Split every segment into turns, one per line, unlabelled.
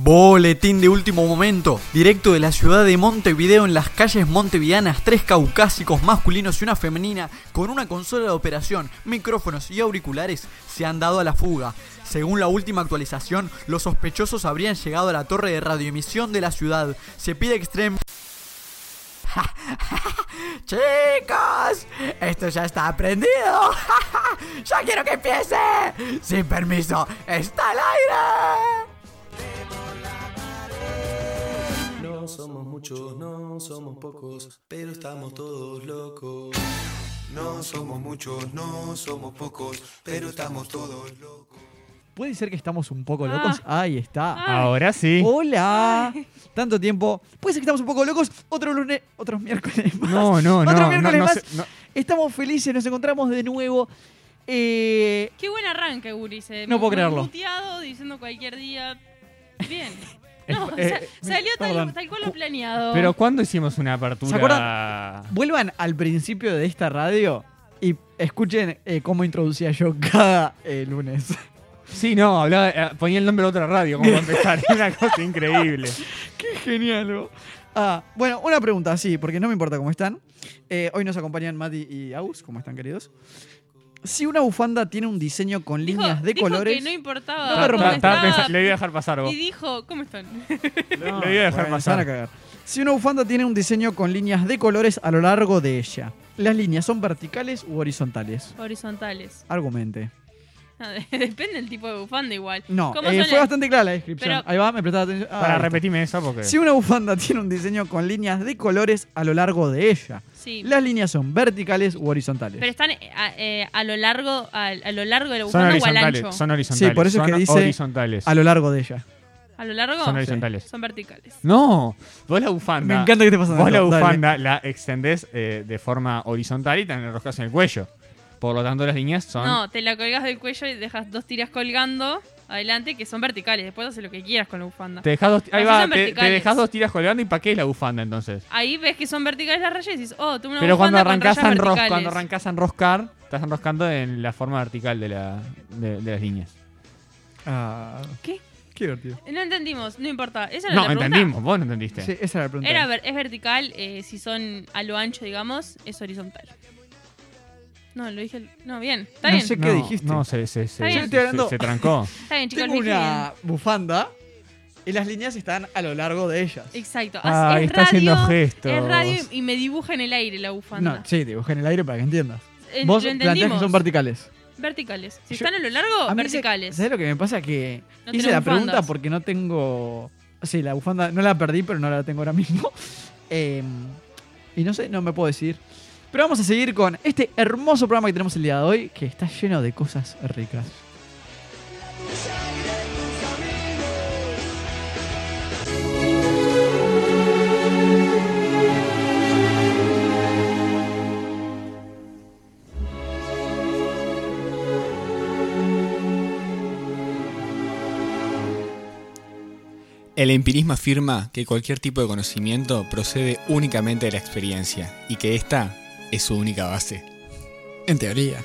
Boletín de último momento, directo de la ciudad de Montevideo en las calles montevideanas, tres caucásicos masculinos y una femenina con una consola de operación, micrófonos y auriculares se han dado a la fuga. Según la última actualización, los sospechosos habrían llegado a la torre de radioemisión de la ciudad. Se pide extremo... Chicos, esto ya está aprendido. ya quiero que empiece. Sin permiso, está al aire.
No somos muchos, no somos pocos, pero estamos todos locos. No somos muchos, no somos pocos, pero estamos todos locos.
¿Puede ser que estamos un poco locos?
Ah.
Ahí está.
Ahora sí.
Uh, Hola. Tanto tiempo. ¿Puede ser que estamos un poco locos? Otro lunes, otro miércoles más.
No, no, no.
Otro
no,
miércoles
no
más.
sé, no.
Estamos felices, nos encontramos de nuevo. Eh,
Qué buen arranque, Guri. Se
No
me-
puedo
me
creerlo.
muteado, diciendo cualquier día. Bien. No, o sea,
eh,
salió
perdón.
tal, tal cual lo planeado.
Pero ¿cuándo hicimos una apertura?
¿Se vuelvan al principio de esta radio y escuchen eh, cómo introducía yo cada eh, lunes.
Sí, no, hablaba, eh, ponía el nombre de otra radio, como para empezar. una cosa increíble.
Genial. vos. Ah, bueno, una pregunta, sí, porque no me importa cómo están. Eh, hoy nos acompañan Mati y Agus, ¿cómo están, queridos? Si una bufanda tiene un diseño con
Dijo-
líneas de
dijo
colores.
Que no importaba.
No me
Ta- ta-
cómo
rompas.
estaba
estaba,
pensando- le iba a dejar pasar vos.
Y dijo, ¿cómo están?
Le voy a dejar
Ah, Bueno,
pasar.
se van a cagar. Si una bufanda tiene un diseño con líneas de colores a lo largo de ella, ¿las líneas son verticales u horizontales?
Horizontales.
Argumente.
Ah, Depende del tipo de bufanda igual.
No,
¿Cómo
eh,
son
fue
las-
bastante clara la descripción.
Pero-
Ahí va, me prestaba atención. Ah,
Para
ahí está.
repetirme eso, porque.
Si una bufanda tiene un diseño con líneas de colores a lo largo de ella,
Sí.
¿las líneas son verticales u horizontales?
Pero están eh, a, eh, a lo largo a, a lo largo de la
son
bufanda o al ancho.
horizontales. Son horizontales.
Sí, por eso es
son
que dice-
Horizontales.
A lo largo de ella.
A lo largo
Son horizontales.
son verticales.
No, vos la bufanda.
Me encanta que te pasen
Vos la
esto, dale.
bufanda la extendés eh, de forma horizontal y te la enroscas en el cuello. Por lo tanto, las líneas son.
No, te la colgas del cuello y dejas dos tiras colgando adelante que son verticales. Después haces lo que quieras con la bufanda.
Te dejas dos, ahí
Así
va,
son
te, te
verticales.
dejas dos tiras colgando y ¿para qué es la bufanda entonces?
Ahí ves que son verticales las rayas y dices, oh, tengo una
Pero cuando
bufanda con
arrancás, a
rayas
enros-
verticales.
cuando arrancás a enroscar, estás enroscando en la forma vertical de, la, de, de las líneas.
Ah,
¿Qué?
qué divertido.
No entendimos, no importa. Esa era
No,
la pregunta.
entendimos, vos no entendiste.
Sí, esa era la pregunta.
Era ver- es vertical, eh, si son a lo ancho, digamos, es horizontal. No, lo dije. No, bien. Está
No
bien.
sé- ¿Qué
No,
dijiste?
No, se, se, se,
Está bien.
se-
Yo
estoy hablando-
se- se trancó.
Está bien, chicos.
Tengo
lo dije
una bufanda y las líneas están a lo largo de ellas.
bien. Exacto. Haz-
Ah,
es
está
radio,
haciendo gestos.
Es radio y, y me dibuja en el aire la bufanda.
No, sí, dibujé en el aire para que entiendas.
Eh,
Vos
lo
planteás que
entendimos.
son verticales.
verticales. Si
Yo-
están a lo largo,
A mí se-
verticales.
¿Sabes lo que me pasa? Que
No
hice
tenés
la pregunta
bufandas.
porque no tengo. Sí, la bufanda no la perdí, pero no la tengo ahora mismo. Eh, y no sé, no me puedo decir. Pero vamos a seguir con este hermoso programa que tenemos el día de hoy, que está lleno de cosas ricas.
El empirismo afirma que cualquier tipo de conocimiento procede únicamente de la experiencia y que esta es su única base. En teoría.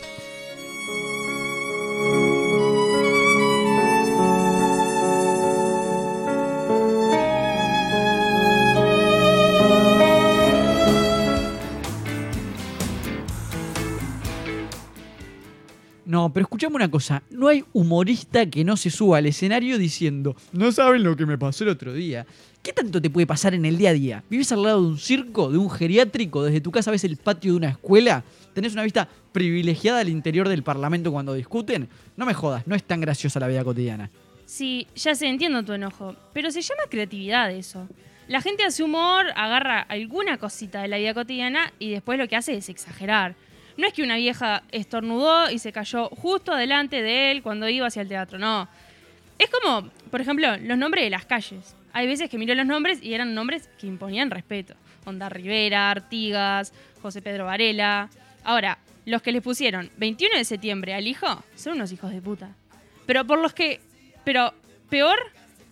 No, pero escuchame una cosa. No hay humorista que no se suba al escenario diciendo, no saben lo que me pasó el otro día. ¿Qué tanto te puede pasar en el día a día? ¿Vivís al lado de un circo, de un geriátrico? ¿Desde tu casa ves el patio de una escuela? ¿Tenés una vista privilegiada al interior del Parlamento cuando discuten? No me jodas, no es tan graciosa la vida cotidiana.
Sí, ya sé, entiendo tu enojo, pero se llama creatividad eso. La gente hace humor, agarra alguna cosita de la vida cotidiana y después lo que hace es exagerar. No es que una vieja estornudó y se cayó justo delante de él cuando iba hacia el teatro, no. Es como, por ejemplo, los nombres de las calles. Hay veces que miro los nombres y eran nombres que imponían respeto. Onda Rivera, Artigas, José Pedro Varela. Ahora, los que les pusieron 21 de septiembre al hijo son unos hijos de puta. Pero por los que. Pero peor,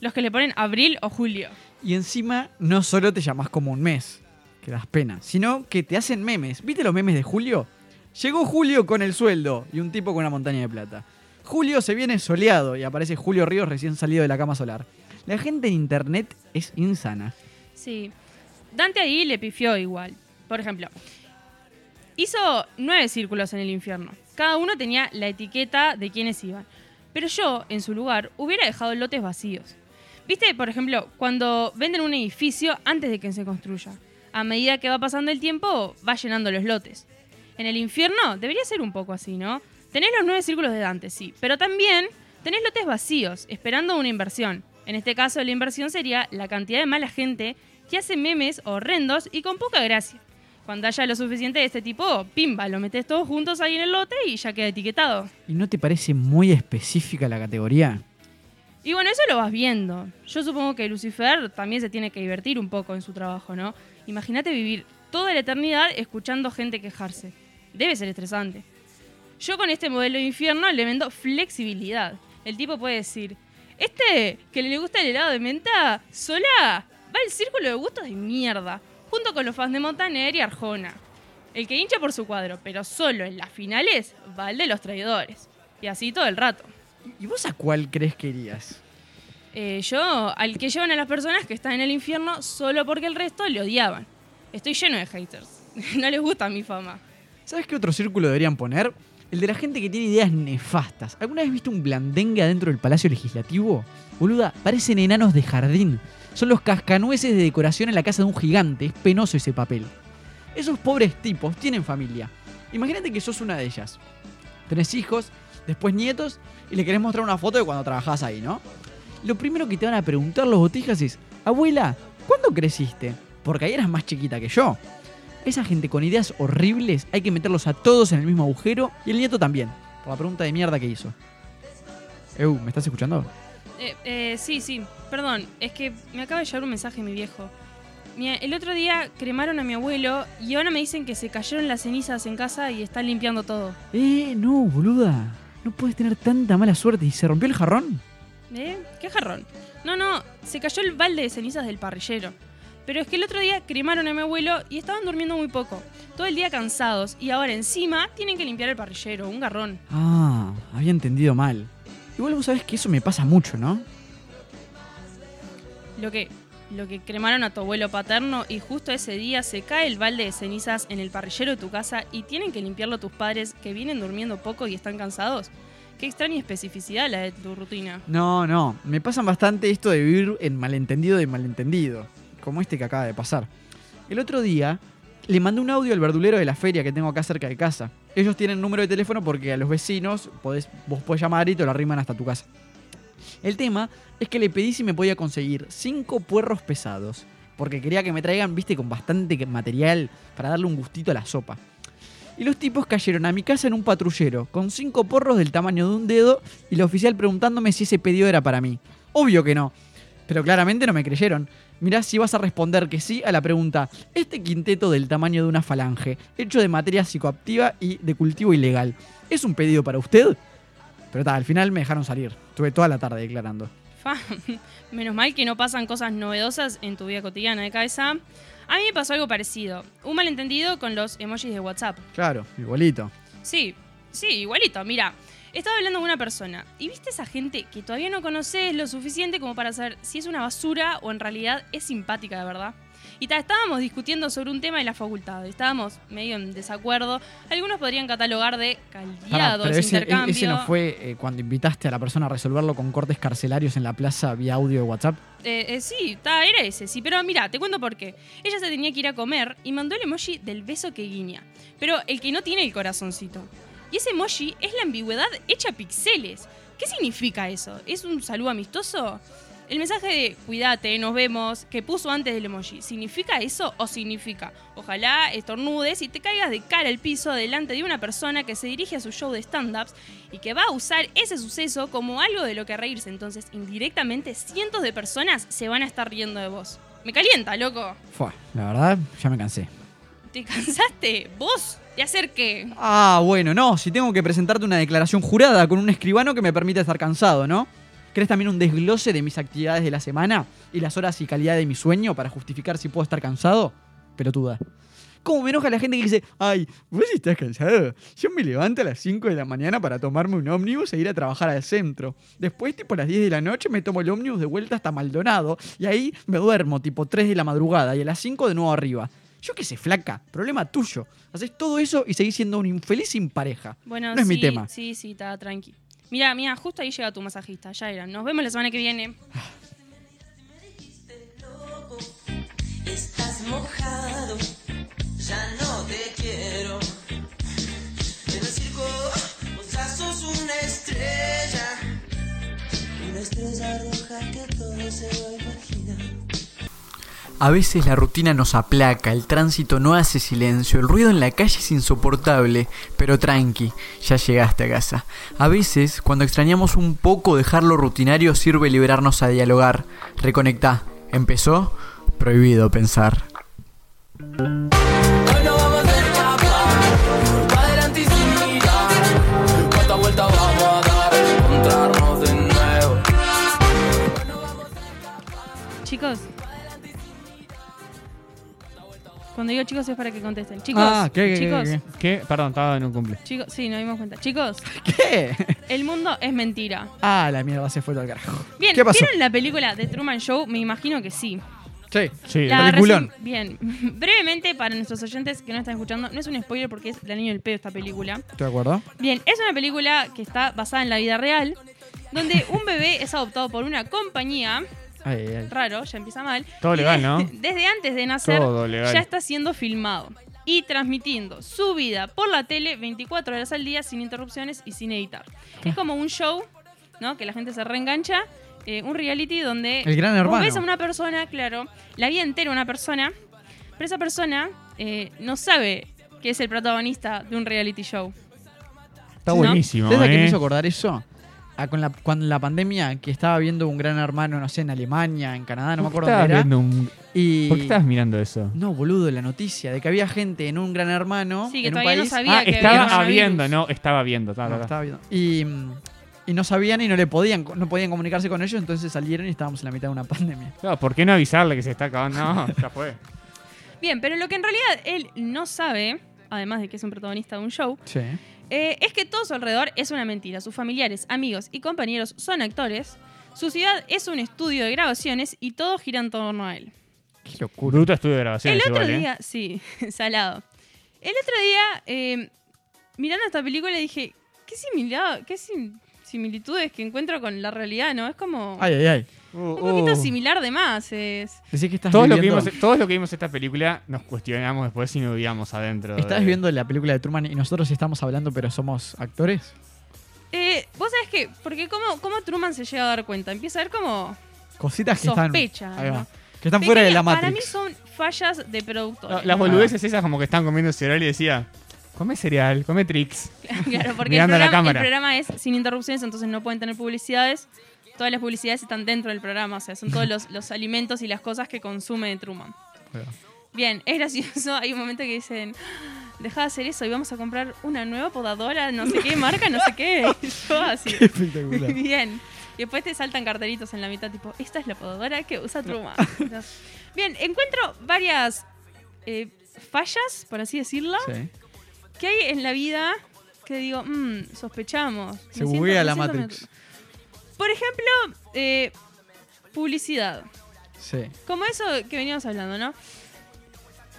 los que le ponen abril o julio.
Y encima, no solo te llamás como un mes, que das pena, sino que te hacen memes. ¿Viste los memes de Julio? Llegó Julio con el sueldo y un tipo con una montaña de plata. Julio se viene soleado y aparece Julio Ríos recién salido de la cama solar. La gente en internet es insana.
Sí. Dante ahí le pifió igual. Por ejemplo, hizo nueve círculos en el infierno. Cada uno tenía la etiqueta de quiénes iban. Pero yo, en su lugar, hubiera dejado lotes vacíos. ¿Viste, por ejemplo, cuando venden un edificio antes de que se construya? A medida que va pasando el tiempo, va llenando los lotes. En el infierno debería ser un poco así, ¿no? Tenés los nueve círculos de Dante, sí, pero también tenés lotes vacíos, esperando una inversión. En este caso, la inversión sería la cantidad de mala gente que hace memes horrendos y con poca gracia. Cuando haya lo suficiente de este tipo, pimba, lo metes todos juntos ahí en el lote y ya queda etiquetado.
¿Y no te parece muy específica la categoría?
Y bueno, eso lo vas viendo. Yo supongo que Lucifer también se tiene que divertir un poco en su trabajo, ¿no? Imagínate vivir toda la eternidad escuchando gente quejarse. Debe ser estresante. Yo con este modelo de infierno le vendo flexibilidad. El tipo puede decir, este que le gusta el helado de menta, sola, va al círculo de gustos de mierda, junto con los fans de Montaner y Arjona. El que hincha por su cuadro, pero solo en las finales, va al de los traidores. Y así todo el rato.
¿Y vos a cuál crees que irías?
Eh, yo, al que llevan a las personas que están en el infierno solo porque el resto le odiaban. Estoy lleno de haters. No les gusta mi fama.
¿Sabes qué otro círculo deberían poner? El de la gente que tiene ideas nefastas. ¿Alguna vez viste un blandengue adentro del Palacio Legislativo? Boluda, parecen enanos de jardín. Son los cascanueces de decoración en la casa de un gigante. Es penoso ese papel. Esos pobres tipos tienen familia. Imagínate que sos una de ellas. Tenés hijos, después nietos, y le querés mostrar una foto de cuando trabajás ahí, ¿no? Lo primero que te van a preguntar los botijas es, abuela, ¿cuándo creciste? Porque ahí eras más chiquita que yo. Esa gente con ideas horribles hay que meterlos a todos en el mismo agujero y el nieto también, por la pregunta de mierda que hizo. Eu, ¿me estás escuchando?
Eh, eh, sí, sí, perdón, es que me acaba de llegar un mensaje mi viejo. Mira, el otro día cremaron a mi abuelo y ahora me dicen que se cayeron las cenizas en casa y están limpiando todo.
Eh, no, boluda. No puedes tener tanta mala suerte. ¿Y se rompió el jarrón?
¿Eh? ¿Qué jarrón? No, no, se cayó el balde de cenizas del parrillero. Pero es que el otro día cremaron a mi abuelo y estaban durmiendo muy poco. Todo el día cansados y ahora encima tienen que limpiar el parrillero, un garrón.
Ah, había entendido mal. Igual vos sabés que eso me pasa mucho, ¿no?
Lo que, lo que cremaron a tu abuelo paterno y justo ese día se cae el balde de cenizas en el parrillero de tu casa y tienen que limpiarlo tus padres que vienen durmiendo poco y están cansados. Qué extraña especificidad la de tu rutina.
No, no. Me pasan bastante esto de vivir en malentendido de malentendido. Como este que acaba de pasar. El otro día le mandé un audio al verdulero de la feria que tengo acá cerca de casa. Ellos tienen número de teléfono porque a los vecinos podés, vos podés llamar y te lo arriman hasta tu casa. El tema es que le pedí si me podía conseguir cinco puerros pesados. Porque quería que me traigan, viste, con bastante que- material para darle un gustito a la sopa. Y los tipos cayeron a mi casa en un patrullero, con cinco porros del tamaño de un dedo, y la oficial preguntándome si ese pedido era para mí. Obvio que no. Pero claramente no me creyeron. Mirá si vas a responder que sí a la pregunta, este quinteto del tamaño de una falange, hecho de materia psicoactiva y de cultivo ilegal, ¿es un pedido para usted? Pero ta, al final me dejaron salir. Estuve toda la tarde declarando.
Fa, menos mal que no pasan cosas novedosas en tu vida cotidiana de cabeza. A mí me pasó algo parecido. Un malentendido con los emojis de WhatsApp.
Claro, igualito.
Sí, sí, igualito. Mira, estaba hablando con una persona y viste esa gente que todavía no conoces lo suficiente como para saber si es una basura o en realidad es simpática de verdad. Y ta, estábamos discutiendo sobre un tema de la facultad. Estábamos medio en desacuerdo. Algunos podrían catalogar de
Pará,
caldeados,
pero ese,
intercambio.
ese no fue eh, cuando invitaste a la persona a resolverlo con cortes carcelarios en la plaza vía audio de WhatsApp.
Eh, eh, sí, ta, era ese, sí. Pero mira, te cuento por qué. Ella se tenía que ir a comer y mandó el emoji del beso que guiña. Pero el que no tiene el corazoncito. Y ese emoji es la ambigüedad hecha pixeles. ¿Qué significa eso? ¿Es un saludo amistoso? El mensaje de cuídate, nos vemos, que puso antes del emoji, ¿significa eso o significa? Ojalá estornudes y te caigas de cara al piso delante de una persona que se dirige a su show de stand-ups y que va a usar ese suceso como algo de lo que reírse. Entonces, indirectamente, cientos de personas se van a estar riendo de vos. Me calienta, loco.
Fua, la verdad, ya me cansé.
¿Te cansaste? ¿Vos? ¿De hacer qué?
Ah, bueno, no, si tengo que presentarte una declaración jurada con un escribano que me permite estar cansado, ¿no? ¿Querés también un desglose de mis actividades de la semana y las horas y calidad de mi sueño para justificar si puedo estar cansado? Pelotuda. ¿Cómo me enoja la gente que dice, ay, vos estás cansado? Yo me levanto a las 5 de la mañana para tomarme un ómnibus e ir a trabajar al centro. Después, tipo a las 10 de la noche, me tomo el ómnibus de vuelta hasta Maldonado y ahí me duermo, tipo 3 de la madrugada y a las 5 de nuevo arriba. Yo qué sé, flaca, problema tuyo. Haces todo eso y seguís siendo un infeliz sin pareja.
Bueno,
no es mi
sí,
tema.
Sí, sí, está tranqui. Mira, mira, justo ahí llega tu masajista, ya era. Nos vemos la semana que viene.
Estás mojado, ya no te quiero. En el circo, vos ya sos una estrella. Una estrella roja que todo se lo imagina.
A veces la rutina nos aplaca, el tránsito no hace silencio, el ruido en la calle es insoportable, pero tranqui, ya llegaste a casa. A veces, cuando extrañamos un poco dejar lo rutinario, sirve liberarnos a dialogar. Reconectá. ¿Empezó? Prohibido pensar.
Hoy no vamos a escapar, pa' adelante y sin mirar. Cuántas vueltas vamos a dar, encontrarnos de nuevo.
Chicos. Cuando digo chicos es para que contesten. Chicos,
Ah, ¿qué, qué,
chicos,
qué,
¿Qué? Perdón, estaba en un cumple.
chicos, sí, nos dimos cuenta. Chicos,
¿Qué?
el mundo es mentira.
Ah, la mierda se fue todo al carajo.
Bien,
¿qué pasó?
¿vieron la película de Truman Show? Me imagino que sí.
Sí.
Sí,
La
Peliculón.
resum- Bien, brevemente para nuestros oyentes que no están escuchando, no es un spoiler porque es La Niña del Pedo esta película.
¿Estoy de acuerdo?
Bien, es una película que está basada en la vida real, donde un bebé es adoptado por una compañía,
Ay, ay, ay.
raro, ya empieza mal,
todo legal, ¿no?
desde antes de nacer
Todo
ya
legal.
está siendo filmado y transmitiendo su vida por la tele 24 horas al día sin interrupciones y sin editar. Es como un show, ¿no? Que la gente se reengancha, eh, un reality donde
El gran
vos
hermano.
ves a una persona, claro, la vida entera una persona, pero esa persona eh, no sabe que es el protagonista de un reality show.
Está
¿no?
buenísimo,
¿Sabes a qué me
¿eh?
hizo acordar eso? A con la, cuando la pandemia, que estaba viendo un gran hermano, no sé, en Alemania, en Canadá, no me
¿Por
acuerdo
qué estabas
dónde era.
viendo un-
Y...
¿Por qué estabas mirando eso?
No, boludo, la noticia de que había gente en un gran hermano.
Sí, que
en un
todavía no
país-
sabía
Ah,
que
estaba
había
viendo, no,
coronavirus.
estaba viendo. ta, ta,
No,
ta.
estaba viendo. Y, mm, y no sabían y no le podían, no podían comunicarse con ellos, entonces salieron y estábamos en la mitad de una pandemia.
Claro, ¿Por qué no avisarle que se está acabando? No, ya fue.
Bien, pero lo que en realidad él no sabe, además de que es un protagonista de un show,
Sí.
Eh, es que todo su alrededor es una mentira. Sus familiares, amigos y compañeros son actores. Su ciudad es un estudio de grabaciones y todo gira en torno a él.
Qué locura.
Bruto estudio de ¿eh? grabación.
El otro
¿eh?
día, sí, salado. El otro día, eh, mirando esta película, dije, qué, similar, qué sim- similitudes que encuentro con la realidad, ¿no? Es como
Ay, oh. ay, ay.
un poquito similar de más. Es...
Decís que estás
Todos Uh, lo, que
viviendo,
vimos, todos lo que vimos esta película nos cuestionamos después si nos vivíamos adentro.
Estás
de-
viendo la película de Truman y nosotros estamos hablando, pero somos actores.
Eh, Vos sabés que, porque cómo, cómo Truman se llega a dar cuenta, empieza a ver como
Cositas que
Sospecha,
están. Ahí va.
¿no?
Que están fuera de la
pequeñas- Para mí
Matrix.
son fallas de productor.
No,
Ah.
las boludeces esas como que estaban comiendo cereal y decía, come cereal, come tricks.
Claro, porque el
Mirando a la
programa, el
cámara.
programa es sin interrupciones, entonces no pueden tener publicidades. Todas las publicidades están dentro del programa, o sea, son todos los, los alimentos y las cosas que consume Truman. Bien, es gracioso. Hay un momento que dicen, deja de hacer eso y vamos a comprar una nueva podadora, no sé qué marca, no sé qué. Y yo así.
Espectacular.
Bien. Y después te saltan carteritos en la mitad, tipo, esta es la podadora que usa Truman. Entonces, Bien, encuentro varias eh, fallas, por así decirlo,
Sí.
¿Qué hay en la vida que digo, "Mm, sospechamos?
Se
Me siento-
buguea
me
la
siento
Matrix.
medio- Por ejemplo, eh, publicidad.
Sí.
Como eso que veníamos hablando, ¿no?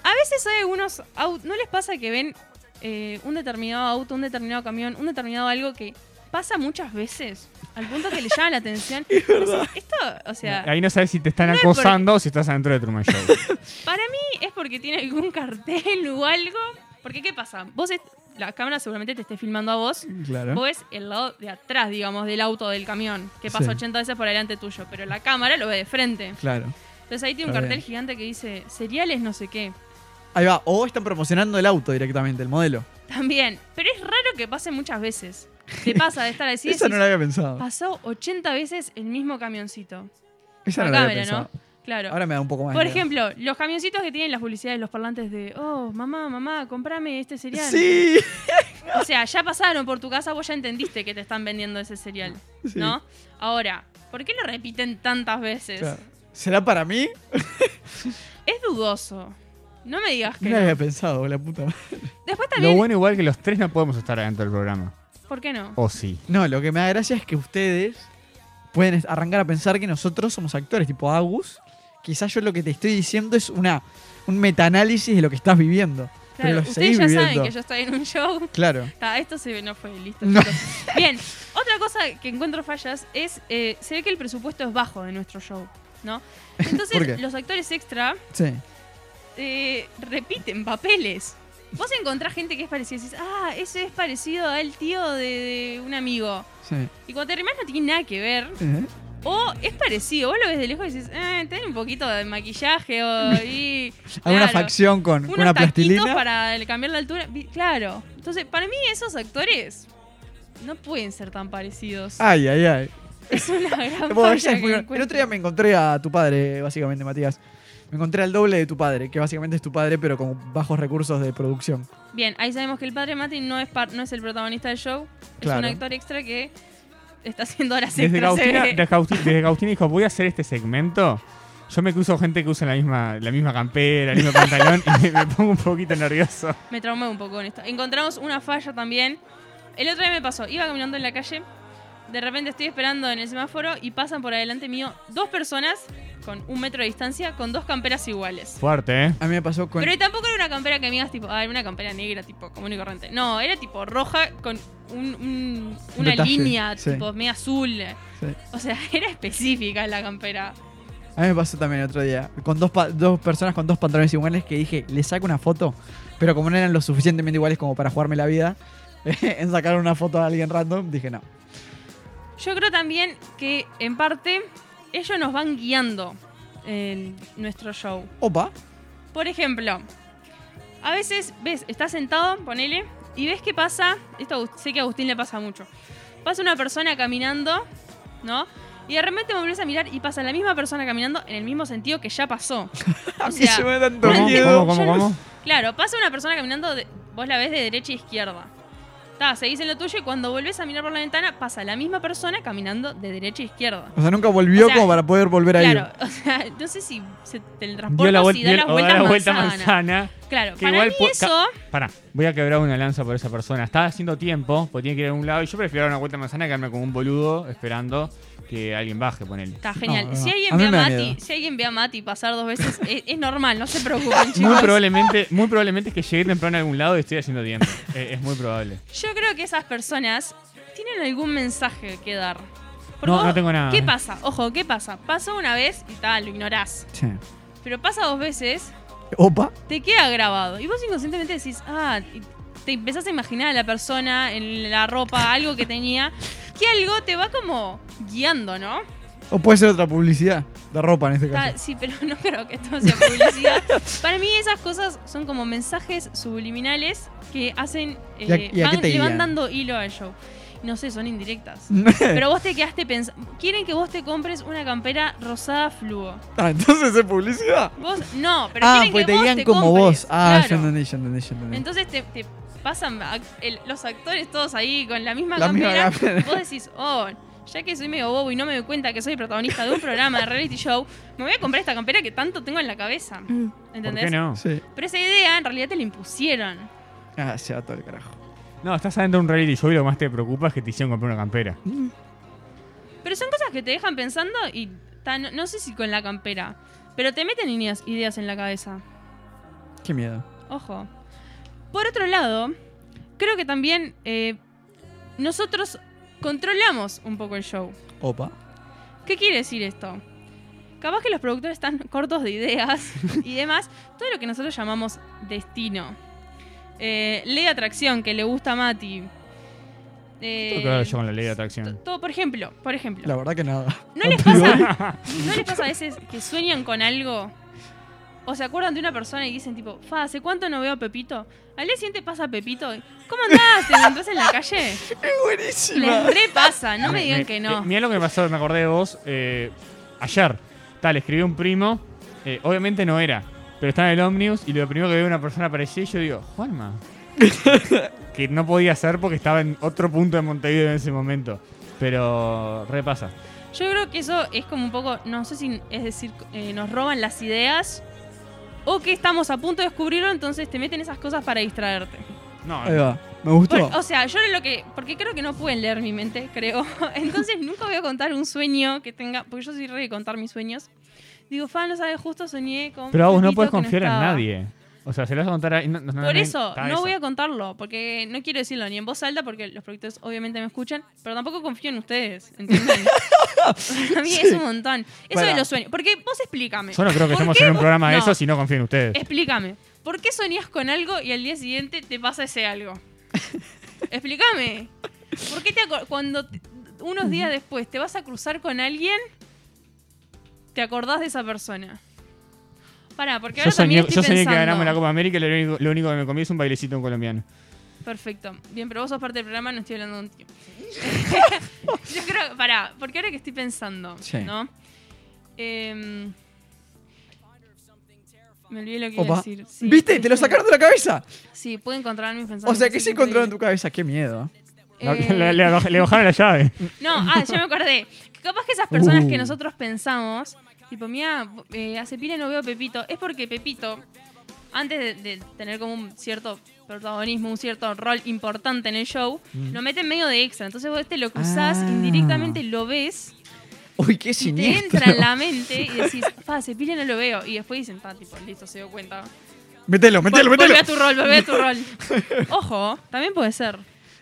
A veces hay algunos autos, ¿no les pasa que ven eh, un determinado auto, un determinado camión, un determinado algo que pasa muchas veces? Al punto que le llama la atención. Es verdad. Esto, o
Ah.
sea...
Ahí no sabes si te están
es por-
acosando o si estás adentro de Truman Show.
Para mí es porque tiene algún cartel o algo. Porque, ¿qué pasa? Vos, est- la cámara seguramente te esté filmando a vos.
Claro.
Vos ves el lado de atrás, digamos, del auto, del camión, que pasa
Sí.
80 veces por delante tuyo, pero la cámara lo ve de frente.
Claro.
Entonces ahí tiene un
Está
cartel
bien.
gigante que dice cereales no sé qué.
Ahí va. O están promocionando el auto directamente, el modelo.
También. Pero es raro que pase muchas veces. Te pasa de estar así.
Esa no
decís,
la había pensado.
Pasó 80 veces el mismo camioncito.
Esa
Por
no la había
cámara,
pensado.
¿no? Claro.
Ahora me da un poco más. de
Por
miedo.
ejemplo, los camioncitos que tienen las publicidades, los parlantes de, oh, mamá, mamá, comprame este cereal.
Sí.
O sea, ya pasaron por tu casa, vos ya entendiste que te están vendiendo ese cereal,
Sí.
¿no? Ahora, ¿por qué lo repiten tantas veces?
Claro. ¿Será para mí?
Es dudoso. No me digas
No
que
eh, lo
no.
había pensado, la puta madre.
Después
Lo
también,
bueno igual que los tres no podemos estar adentro del programa.
¿por qué no?
O sí.
No, lo que me da gracia es que ustedes pueden es- arrancar a pensar que nosotros somos actores, tipo Agus. Quizás yo lo que te estoy diciendo es una un metaanálisis de lo que estás viviendo. pero
Claro,
lo
ustedes
seguís
ya
viviendo.
saben que yo estoy en un show.
Claro.
Ta, esto se ve- no fue listo.
No.
chicos. Bien, otra cosa que encuentro fallas es, eh, se ve que el presupuesto es bajo de nuestro show, ¿no?
¿Por qué?
Entonces, los actores extra
Sí.
eh, repiten papeles. Vos encontrás gente que es parecida y decís, ah, ese es parecido al tío de, de un amigo.
Sí.
Y cuando te remás no tiene nada que ver.
¿Eh?
O es parecido, vos lo ves de lejos y dices, eh, ten un poquito de maquillaje o... Y,
Alguna
claro,
facción con, con
Unos
una
taquitos
plastilina.
para el- cambiar la altura. Vi- Claro. Entonces, para mí esos actores no pueden ser tan parecidos.
Ay, ay, ay.
Es una gran
Ah. Bueno,
falla
esa es
que
muy- El
encuentro.
otro día me encontré a tu padre, básicamente, Matías. Me encontré al doble de tu padre, que básicamente es tu padre, pero con bajos recursos de producción.
Bien, ahí sabemos que el padre Mati no es, par- no es el protagonista del show.
Claro.
Es un actor extra que está haciendo horas
Desde
extras. se
Gaustina,
ve.
desde Gausti- desde Gaustina dijo, voy a hacer este segmento. Yo me cruzo gente que usa la misma, la misma campera, el mismo pantalón y me, me pongo un poquito nervioso.
Me traumé un poco con esto. Encontramos una falla también. El otro día me pasó. Iba caminando en la calle. De repente estoy esperando en el semáforo y pasan por adelante mío dos personas con un metro de distancia con dos camperas iguales.
Fuerte, ¿eh?
A mí me pasó con.
Pero tampoco era una campera que me digas tipo, ah, era una campera negra, tipo, común y corriente. No, era tipo roja con un- un- una
Detalle,
línea,
sí.
tipo, media azul.
Sí.
O sea, era específica la campera.
A mí me pasó también el otro día. Con dos, pa- dos personas con dos pantalones iguales que dije, le saco una foto. Pero como no eran lo suficientemente iguales como para jugarme la vida, en sacar una foto a alguien random, dije no.
Yo creo también que, en parte, ellos nos van guiando en nuestro show.
Opa.
Por ejemplo, a veces ves, estás sentado, ponele, y ves que pasa, esto a Agust- sé que a Agustín le pasa mucho, pasa una persona caminando, ¿no? Y de repente volvés a mirar y pasa la misma persona caminando en el mismo sentido que ya pasó. O sea,
se me da tanto
¿Cómo?
miedo.
¿Cómo? ¿Cómo?
Yo no-
¿Cómo?
claro, pasa una persona caminando, de- vos la ves de derecha a izquierda. Ta, seguís en lo tuyo y cuando volvés a mirar por la ventana pasa la misma persona caminando de derecha a izquierda.
O sea, nunca volvió
O sea,
como para poder volver a
Claro,
ir.
o sea, no sé si se teletransporta
Dio la,
o
vuel-
si
dio-
da
o
las vueltas
da la vuelta
manzana.
manzana.
Claro,
Que
para
igual
mí
po- ca-
eso...
Pará, voy a quebrar una lanza por esa persona. Está haciendo tiempo, porque tiene que ir a un lado. Y yo prefiero dar una vuelta manzana que quedarme como un boludo esperando que alguien baje, ponele.
Está genial.
No, no,
Si,
no.
alguien
A mí
ve a
me da
Mati,
miedo.
si alguien ve a Mati pasar dos veces, es, es normal, no se preocupen, chicos.
Muy probablemente, muy probablemente es que llegué temprano a algún lado y estoy haciendo tiempo. Eh, es muy probable.
Yo creo que esas personas tienen algún mensaje que dar. Porque
No,
vos-
no tengo nada.
¿Qué pasa? Ojo, ¿qué pasa? Pasa una vez y tal, lo ignorás.
Sí.
Pero pasa dos veces,
Opa.
te queda grabado. Y vos inconscientemente decís, ah, y te empezás a imaginar a la persona en la ropa, algo que tenía, que algo te va como guiando, ¿no?
O puede ser otra publicidad. De ropa en este
Ta-
caso.
sí, pero no creo que esto sea publicidad. Para mí esas cosas son como mensajes subliminales que hacen...
¿Y a-
eh,
y a qué
van-
te
le van
guían?
dando hilo al show. No sé, son indirectas. Pero vos te quedaste pensando... Quieren que vos te compres una campera rosada fluo.
Ah, entonces es publicidad.
Vos no, pero
Ah,
quieren
pues
que
te
vos
guían
te
como
compres.
vos. Ah, yo
Claro.
entendí, yo entendí, yo entendí.
Entonces te, te pasan ac- el- los actores todos ahí con la misma
La misma
campera.
campera.
Vos decís, oh, ya que soy medio bobo y no me doy cuenta que soy protagonista de un programa de reality show, me voy a comprar esta campera que tanto tengo en la cabeza.
¿Por
Mm.
¿Entendés?
qué no?
Sí.
Pero esa idea en realidad te la impusieron.
Ah, se va todo el carajo.
No, estás adentro de un reality show y lo que más te preocupa es que te hicieron comprar una campera.
Pero son cosas que te dejan pensando y ta- no, no sé si con la campera, pero te meten ideas, ideas en la cabeza.
Qué miedo.
Ojo. Por otro lado, creo que también eh, nosotros controlamos un poco el show.
Opa.
¿Qué quiere decir esto? Capaz que los productores están cortos de ideas y demás. Todo lo que nosotros llamamos destino. Eh, ley de atracción que le gusta a Mati. Eh,
Tengo que ver yo con la ley de atracción.
to- todo, por ejemplo, por ejemplo.
La verdad que nada.
¿No les pasa? ¿No les pasa a veces que sueñan con algo? O se acuerdan de una persona y dicen tipo, fa, ¿hace cuánto no veo a Pepito? Al día siguiente pasa Pepito. y, ¿Cómo andás? ¿Te encontrás en la calle?
Buenísima.
Les repasa, no me digan que no.
Mira lo que me pasó, me acordé de vos eh, ayer. Tal, escribí a un primo. eh, obviamente no era, pero estaba en el ómnibus y lo primero que veo una persona aparecía y yo digo, Juanma. que no podía ser porque estaba en otro punto de Montevideo en ese momento. Pero repasa.
Yo creo que eso es como un poco, no sé si es decir, eh, nos roban las ideas o que estamos a punto de descubrirlo, entonces te meten esas cosas para distraerte.
No,
Ahí va. Me gustó.
Por- o sea, yo lo que. Porque creo que no pueden leer mi mente, creo. Entonces nunca voy a contar un sueño que tenga. Porque yo soy re de contar mis sueños. Digo, fan, no sabes, justo soñé con.
Pero vos no
Pepito
podés
que no
confiar en
estaba".
nadie. O sea, se lo vas a contar a... no- no- no-
Por
no-
eso,
está
no voy a contarlo, porque no quiero decirlo ni en voz alta, porque los productores obviamente me escuchan, pero tampoco confío en ustedes, ¿entienden? a mí es un montón. Eso
Pará.
de los sueños. Porque vos explícame.
Yo no creo que
¿por
estemos
qué
en un
vos-
programa de
No,
eso si no confío en ustedes.
Explícame. ¿Por qué soñás con algo y al día siguiente te pasa ese algo? explícame. ¿Por qué te aco- cuando te- unos días después te vas a cruzar con alguien, te acordás de esa persona? Pará, porque
Yo
ahora
soñé,
también estoy
yo soñé que
pensando.
ganamos la Copa América y lo único, lo único que me comí es un bailecito en colombiano.
Perfecto. Bien, pero vos sos parte del programa, no estoy hablando de un tío. Yo creo, pará, porque ahora que estoy pensando,
Sí.
¿no? Em, me olvidé lo que iba
Opa.
a decir. Sí,
¿Viste? Te lo sacaron de la cabeza.
Sí, pude encontrar mis pensamientos.
O sea, que
es
se encontró en tu
increíble.
cabeza. Qué miedo.
Eh,
Le, le baj- le bajaron la llave.
No, ah, ya me acordé. Que Capaz que esas personas
Uh.
que nosotros pensamos, tipo, mira, eh, hace pila no veo a Pepito, es porque Pepito, antes de, de tener como un cierto protagonismo, un cierto rol importante en el show, lo mete en medio de extra. Entonces vos este lo cruzás,
Mm. Ah.
indirectamente lo ves,
Uy, qué
y te
siniestro.
entra en la mente y decís, pa, hace pila no lo veo. Y después dicen, pa, tipo, listo, se dio cuenta.
Mételo, mételo,
Vol-
mételo.
Volvé a tu rol, volvé a tu rol. Ojo, también puede ser.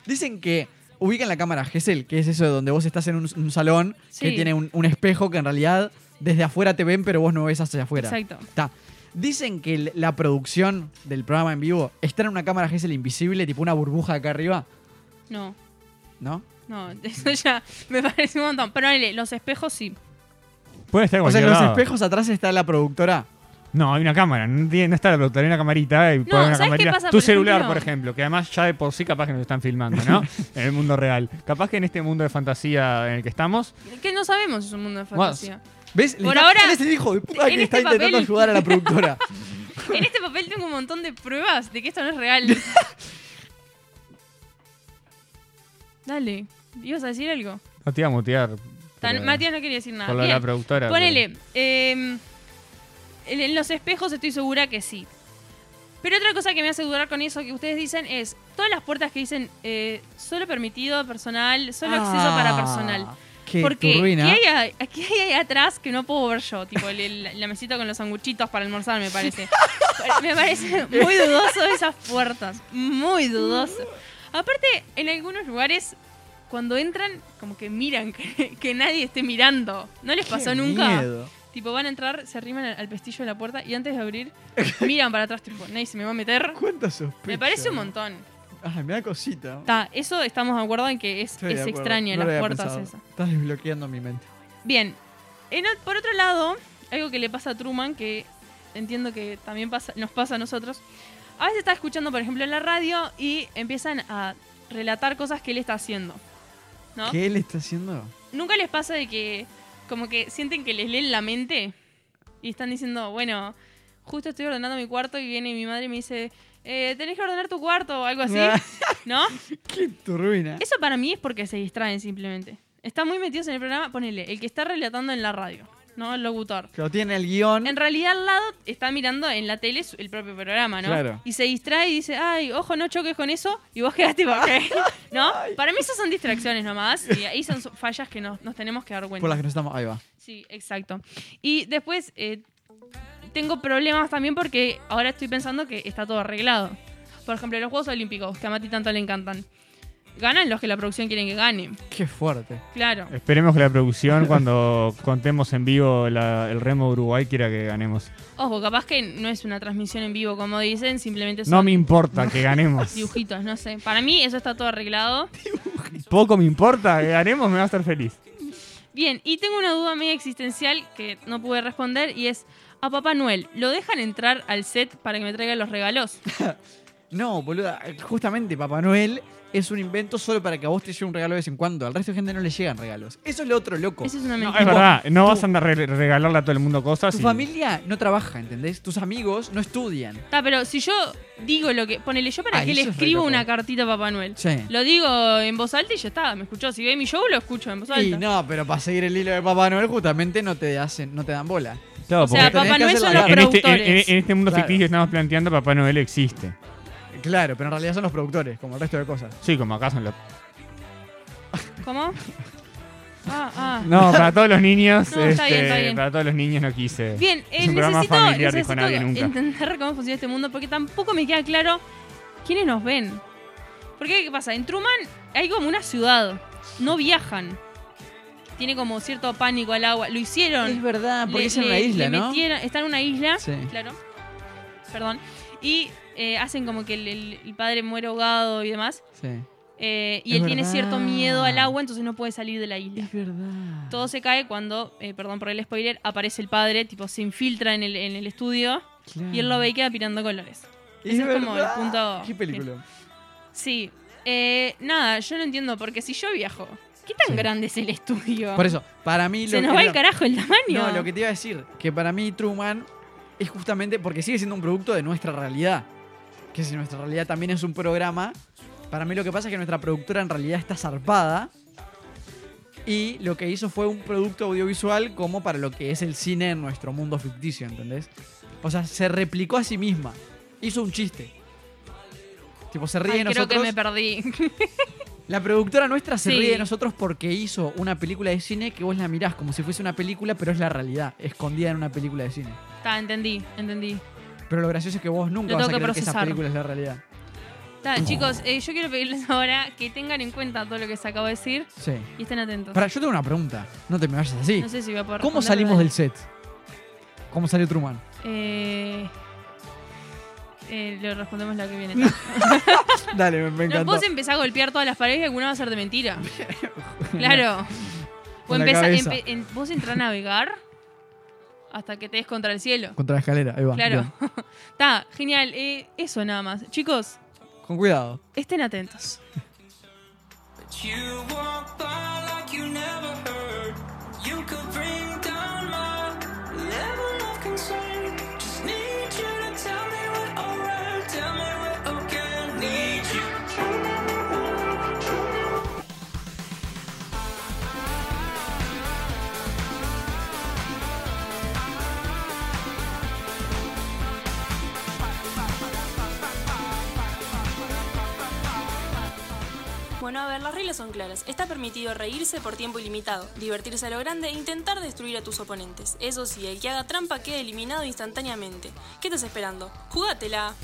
Dicen que ubican la cámara GESEL, que es eso de donde vos estás en un, un salón que
Sí.
tiene un, un espejo que en realidad desde afuera te ven, pero vos no ves hacia afuera.
Exacto.
Está. Dicen que l- la producción del programa en vivo está en una cámara GESEL invisible, tipo una burbuja acá arriba,
No.
¿no?
No, eso ya me parece un montón. Pero dale, los espejos sí.
Puede estar en
O sea,
cualquier
en los
lado.
espejos atrás está la productora.
No, hay una cámara. No, tiene- no está la productora, hay una camarita. Y puede haber una
¿sabes qué
camarita.
pasa,
tu
por
celular,
ejemplo?
por ejemplo, que además ya de por sí capaz que nos están filmando, ¿no? en el mundo real. Capaz que en este mundo de fantasía en el que estamos,
Que no sabemos si es un mundo de
Bueno,
fantasía.
¿Ves? Le
Por
está-
ahora,
él es el hijo de puta
en
que está
este
intentando
papel-
ayudar a la productora.
En este papel tengo un montón de pruebas de que esto no es real. Dale, ibas a decir algo.
no te iba a mutear.
Tan-
pero-
Matías no quería decir nada.
por lo de
Bien,
la productora.
Ponele. eh, en- en los espejos estoy segura que sí. Pero otra cosa que me hace dudar con eso que ustedes dicen es todas las puertas que dicen eh, solo permitido personal, solo acceso
Ah.
para personal.
Ah, Qué
Porque aquí
turbina.
hay, a- aquí hay ahí atrás que no puedo ver yo, tipo el- el- la mesita con los sanguchitos para almorzar, me parece. me parece muy dudoso esas puertas, muy dudoso. Aparte, en algunos lugares, cuando entran, como que miran que, que nadie esté mirando. ¿No les
Qué
pasó nunca?
miedo.
Tipo, van a entrar, se arriman al, al pestillo de la puerta y antes de abrir, miran para atrás, tipo, nadie se me va a meter.
¿Cuánta sospecha?
Me parece un montón.
Ay, Ah, me da cosita.
Ta, eso estamos de acuerdo en que es,
Estoy de
es
acuerdo.
extraña
No lo
las
había
puertas
pensado.
esas.
Estás desbloqueando mi mente.
Bien. En ot- por otro lado, algo que le pasa a Truman, que entiendo que también pasa, nos pasa a nosotros, a veces está escuchando, por ejemplo, en la radio y empiezan a relatar cosas que él está haciendo. ¿No?
¿Qué él está haciendo?
¿Nunca les pasa de que como que sienten que les leen la mente? Y están diciendo, bueno, justo estoy ordenando mi cuarto y viene mi madre y me dice, eh, tenés que ordenar tu cuarto o algo así, ¿no?
¡Qué turbina!
Eso para mí es porque se distraen simplemente. Están muy metidos en el programa, ponele, el que está relatando en la radio, ¿no? El locutor.
Que lo tiene el guión.
En realidad al lado está mirando en la tele su- el propio programa, ¿no?
Claro.
Y se distrae y dice, ay, ojo, no choques con eso, y vos quedaste tipo, "Ok", ¿no? Para mí esas son distracciones nomás, y ahí son su- fallas que nos, nos tenemos que dar cuenta.
Por las que nos estamos. Ahí va.
Sí, exacto. Y después eh, tengo problemas también porque ahora estoy pensando que está todo arreglado. Por ejemplo, los Juegos Olímpicos, que a Mati tanto le encantan. Ganan los que la producción quieren que ganen.
Qué fuerte.
Claro.
Esperemos que la producción, cuando contemos en vivo la- el remo de Uruguay, quiera que ganemos.
Ojo, capaz que no es una transmisión en vivo, como dicen, simplemente son
No me importa que ganemos.
dibujitos, no sé. Para mí eso está todo arreglado.
Poco me importa, que ganemos, me va a estar feliz.
Bien, y tengo una duda media existencial que no pude responder y es, a Papá Noel, ¿lo dejan entrar al set para que me traiga los regalos?
No, boluda. Justamente Papá Noel es un invento solo para que a vos te llegue un regalo de vez en cuando. Al resto de gente no le llegan regalos. Eso es lo otro, loco.
Eso es una
No,
mentira.
es verdad, no vas a andar re- regalarle a todo el mundo
Ah,
cosas.
Tu
y-
familia no trabaja, ¿entendés? Tus amigos no estudian.
Ta, pero si yo digo lo que. Ponele, yo para
Ah,
qué le
eso es re
escribo
loco.
una cartita a Papá Noel.
Sí.
Lo digo en voz alta y ya está, me escuchó. Si ve mi show, lo escucho en voz alta.
Y no, pero para seguir el hilo de Papá Noel justamente no te hacen, no te dan bola.
Claro,
O
tenés
porque
sea, Papá
que
Noel
hacer
son
la
los
en, este, en-
productores.
en- en este mundo
Claro.
ficticio que estamos planteando, Papá Noel existe.
Claro, pero en realidad son los productores, como el resto de cosas.
Sí, como acá son los.
¿Cómo? Ah, ah.
No, para todos los niños.
No, está bien,
este,
está bien.
Para todos los niños no quise.
Bien, eh,
Es un programa
necesito,
familiar, dijo
necesito
nadie nunca.
entender cómo funciona este mundo porque tampoco me queda claro quiénes nos ven. Porque, ¿qué pasa? En Truman hay como una ciudad. No viajan. Tiene como cierto pánico al agua. Lo hicieron.
Es verdad, Ah, porque
Le-
es en una
le-
isla,
le
¿no?
metieron- está en una isla,
Sí.
claro. Perdón. Y eh, hacen como que el, el- el padre muere ahogado y demás.
Sí.
Eh, y
Es
él tiene
verdad.
cierto miedo al agua, entonces no puede salir de la isla.
verdad.
Todo se cae cuando, eh, perdón por el spoiler, aparece el padre, tipo se infiltra en el, en el estudio y
Mm.
él lo ve y queda pirando colores.
Es
ese es como el
verdad.
punto-
¿Qué película?
Sí. Eh, nada, yo no entiendo, porque si yo viajo, ¿qué tan
Sí.
grande es el estudio?
Por eso, para mí...
se
lo
nos
que
va
no-
el carajo el tamaño.
No, lo que te iba a decir, que para mí Truman es justamente porque sigue siendo un producto de nuestra realidad. Que si nuestra realidad también es un programa, para mí lo que pasa es que nuestra productora en realidad está zarpada. Y lo que hizo fue un producto audiovisual como para lo que es el cine en nuestro mundo ficticio, ¿entendés? O sea, se replicó a sí misma. Hizo un chiste. Tipo, se ríe
Ay,
de
creo
nosotros.
que me perdí.
La productora nuestra se
Sí.
ríe de nosotros porque hizo una película de cine que vos la mirás como si fuese una película, pero es la realidad, escondida en una película de cine.
Está, entendí, entendí.
Pero lo gracioso es que vos nunca
Lo
vas a
tengo que
creer que esa
procesar.
película es la realidad.
Ta, chicos, eh, yo quiero pedirles ahora que tengan en cuenta todo lo que se acabo de decir
Sí.
y estén atentos.
Para, yo tengo una pregunta. No te me vayas así.
No sé si voy a poder
¿Cómo
responder,
salimos
pero
del set? ¿Cómo salió Truman?
dale. Eh, eh, lo respondemos la que viene. No
Dale, me, me encantó.
puedes empezar a golpear todas las paredes y alguna va a ser de mentira. claro. O
Con la
empezá-
cabeza.
empe- en- vos entrás a navegar hasta que te des contra el cielo.
Contra la escalera, ahí va.
Claro.
Ah, bien.
Está, genial. Eh, eso nada más. Chicos,
Con cuidado.
estén atentos.
You walk by like you never heard. You could bring down my level of concern. Just need you to tell me we're alright. Tell me we're okay. Need you.
Bueno, a ver, las reglas son claras. Está permitido reírse por tiempo ilimitado, divertirse a lo grande e intentar destruir a tus oponentes. Eso sí, el que haga trampa queda eliminado instantáneamente. ¿Qué estás esperando? ¡Jugátela!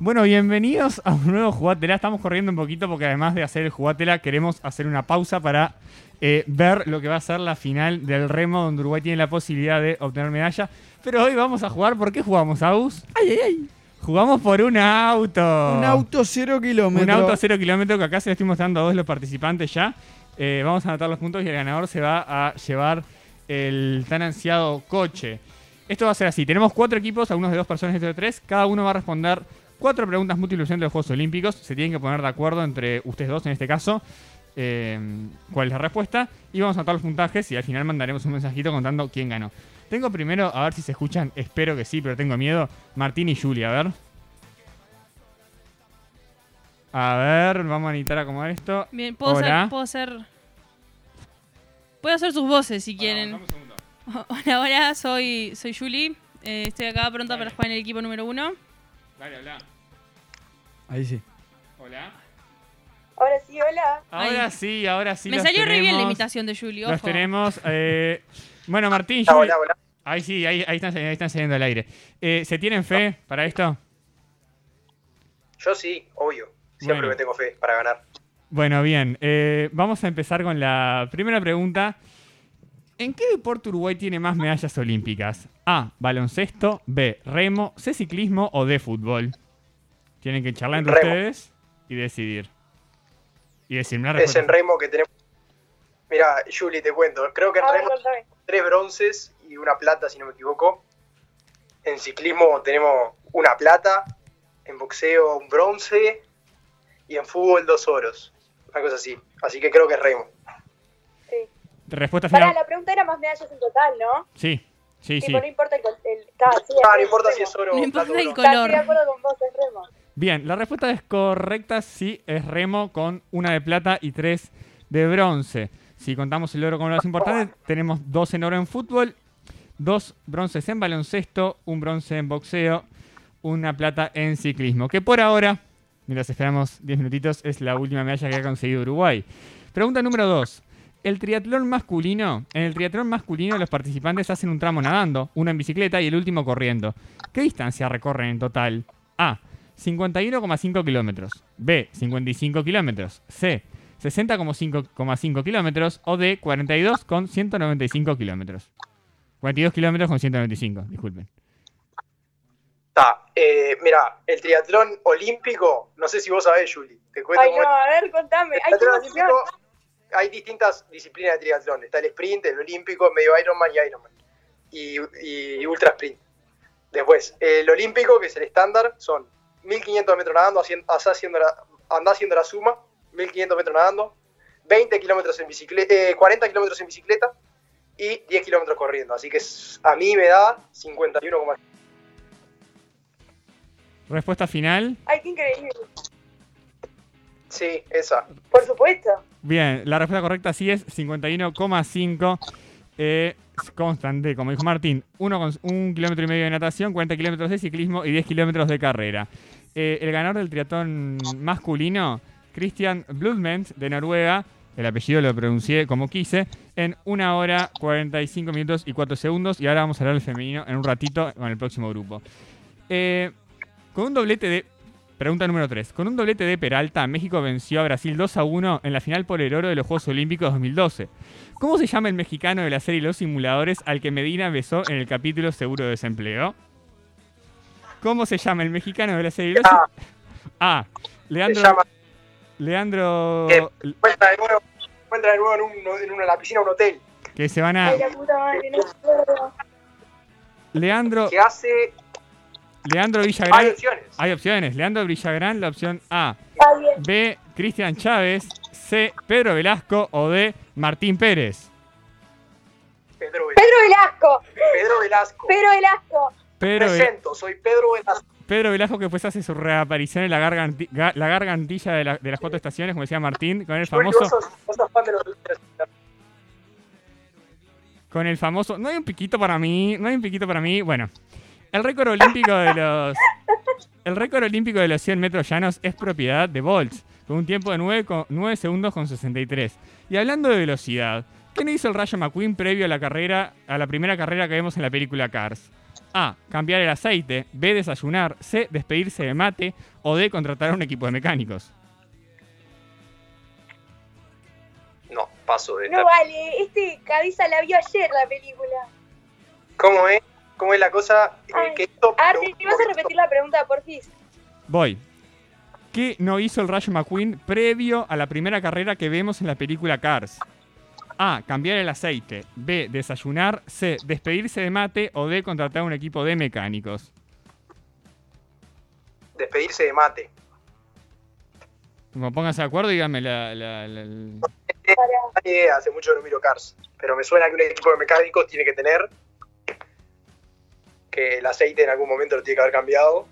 Bueno, bienvenidos a un nuevo Jugatela. Estamos corriendo un poquito porque además de hacer el Jugatela, queremos hacer una pausa para eh, ver lo que va a ser la final del remo, donde Uruguay tiene la posibilidad de obtener medalla. Pero hoy vamos a jugar. ¿Por qué jugamos, Agus?
Ay, ay, ay.
Jugamos por un auto.
Un auto cero kilómetro.
Un auto a cero kilómetro que acá se lo estoy mostrando a dos los participantes ya. Eh, vamos a anotar los puntos y el ganador se va a llevar el tan ansiado coche. Esto va a ser así. Tenemos cuatro equipos, algunos de dos personas y otros de tres. Cada uno va a responder cuatro preguntas multilucientes de los Juegos Olímpicos. Se tienen que poner de acuerdo entre ustedes dos en este caso. eh, cuál es la respuesta. Y vamos a anotar los puntajes y al final mandaremos un mensajito contando quién ganó. Tengo primero, a ver si se escuchan, espero que sí, pero tengo miedo. Martín y Julia, a ver. A ver, vamos a necesitar acomodar esto.
Bien, puedo
Hola.
hacer, puedo hacer. Puedo hacer sus voces si quieren. Hola, hola, soy, soy Julie. Eh, estoy acá pronta para jugar en el equipo número uno.
Dale, hola.
Ahí sí.
Hola.
Ahora sí, hola.
Ahora
Ahí.
sí, ahora sí.
Me
los
salió re bien la
tenemos.
imitación de Julie,
Los
ojo.
tenemos. eh, bueno, Martín, Juli- Ahí sí, ahí, ahí están, saliendo- ahí están saliendo al aire. Eh, ¿Se tienen fe para esto?
Yo sí, obvio. Siempre
Bueno.
me tengo fe Eh, para ganar.
Bueno, bien. eh, vamos a empezar con la primera pregunta. ¿En qué deporte Uruguay tiene más medallas olímpicas? A. Baloncesto. B. Remo. C. Ciclismo. O D. Fútbol. Tienen que charlar entre
Remo.
ustedes y decidir. Y decirme la
Es
respuesta.
en remo que tenemos. Mira, Juli, te cuento. Creo que en
A ver,
remo
contame.
tres bronces y una plata, si no me equivoco. En ciclismo tenemos una plata, en boxeo un bronce y en fútbol dos oros. Una cosa así. Así que creo que es remo.
Sí.
Respuesta
Pará,
final.
la pregunta era más medallas en total, ¿no?
Sí, sí, sí.
Tipo, no importa el. el, el- Ah, sí,
Ah, no
es
importa si
remo.
es oro
No
o
importa
plata. o
el
bronce.
Ah, Estoy de
color.
acuerdo con vos, es remo.
Bien, la respuesta es correcta si es remo con una de plata y tres de bronce. Si contamos el oro como lo más importante, tenemos dos en oro en fútbol, dos bronces en baloncesto, un bronce en boxeo, una plata en ciclismo. Que por ahora, mientras esperamos 10 minutitos, es la última medalla que ha conseguido Uruguay. Pregunta número 2. El triatlón masculino. En el triatlón masculino los participantes hacen un tramo nadando, uno en bicicleta y el último corriendo. ¿Qué distancia recorren en total? A. 51,5 kilómetros. B. 55 kilómetros. C. 60,5 kilómetros. O D. 42,195 kilómetros. 42 kilómetros con 195, disculpen.
Está. Eh, mira, el triatlón olímpico, no sé si vos sabés, Juli. Te cuento
Ay,
cómo
no,
es.
a ver, contame.
El
Ay, qué
triatlón
emoción.
olímpico, hay distintas disciplinas de triatlón. Está el sprint, el olímpico, medio Ironman y Ironman. Y, y ultra sprint. Después, el olímpico, que es el estándar, son 1500 metros nadando, haciendo, andás haciendo la, andás haciendo la suma, 1500 metros nadando, 20 kilómetros en bicicleta, 40 kilómetros en bicicleta y 10 kilómetros corriendo. Así que es- a mí me da 51,5.
Respuesta final.
Ay, qué increíble.
Sí, esa.
Por supuesto.
Bien, la respuesta correcta sí es 51,5. Eh, constante, como dijo Martín, uno con- un kilómetro y medio de natación, 40 kilómetros de ciclismo y 10 kilómetros de carrera. Eh, el ganador del triatlón masculino, Christian Bludment, de Noruega, el apellido lo pronuncié como quise, en 1 hora 45 minutos y 4 segundos. Y ahora vamos a hablar del femenino en un ratito con el próximo grupo. Eh, con un doblete de. Pregunta número 3. Con un doblete de Peralta, México venció a Brasil 2 a 1 en la final por el oro de los Juegos Olímpicos 2012. ¿Cómo se llama el mexicano de la serie Los Simuladores al que Medina besó en el capítulo Seguro de Desempleo? ¿Cómo se llama el mexicano de la serie Los A. Leandro.
llama-
Leandro.
Eh, encuentra de nuevo, encuentra de nuevo en, un, en una, la piscina de un hotel.
Que se van a.
Ay, la puta madre, no me acuerdo.
Leandro.
Que hace.
Leandro Villagrán.
Hay opciones.
Hay opciones. Leandro Villagrán, la opción A.
Ay, bien.
B. Cristian Chávez. C. Pedro Velasco. O D. Martín Pérez.
Pedro Velasco.
Pedro Velasco.
Pedro Velasco.
Pedro Velasco.
Pedro, Ve-
Presento, soy Pedro Velasco.
Pedro Velasco que después hace su reaparición en la, garganti- ga- la gargantilla de, la- de las cuatro estaciones, como decía Martín, con el
Juli, vos
famoso...
sos- vos sos fan de los Dodgers.
Con el famoso... No hay un piquito para mí, no hay un piquito para mí. Bueno, el récord olímpico de los... El récord olímpico de los 100 metros llanos es propiedad de Bolt, con un tiempo de 9, co- 9 segundos con 63. Y hablando de velocidad, ¿qué no hizo el Rayo McQueen previo a la carrera, a la primera carrera que vemos en la película Cars? A. Cambiar el aceite. B. Desayunar. C. Despedirse de mate. O D. Contratar a un equipo de mecánicos.
No, paso de
No
esta.
vale, este cabeza la vio ayer la película.
¿Cómo es? ¿Cómo es la cosa? Eh,
Ay.
que esto-
Arti, ¿te vas a repetir la pregunta, porfis?
Voy. ¿Qué no hizo el Rayo McQueen previo a la primera carrera que vemos en la película Cars? A. Cambiar el aceite. B. Desayunar. C. Despedirse de mate. O D. Contratar a un equipo de mecánicos.
Despedirse de mate.
Como pónganse de acuerdo, díganme la, la- la- la-
No tengo ni idea, hace mucho que no miro Cars. Pero me suena que un equipo de mecánicos tiene que tener. Que el aceite en algún momento lo tiene que haber cambiado.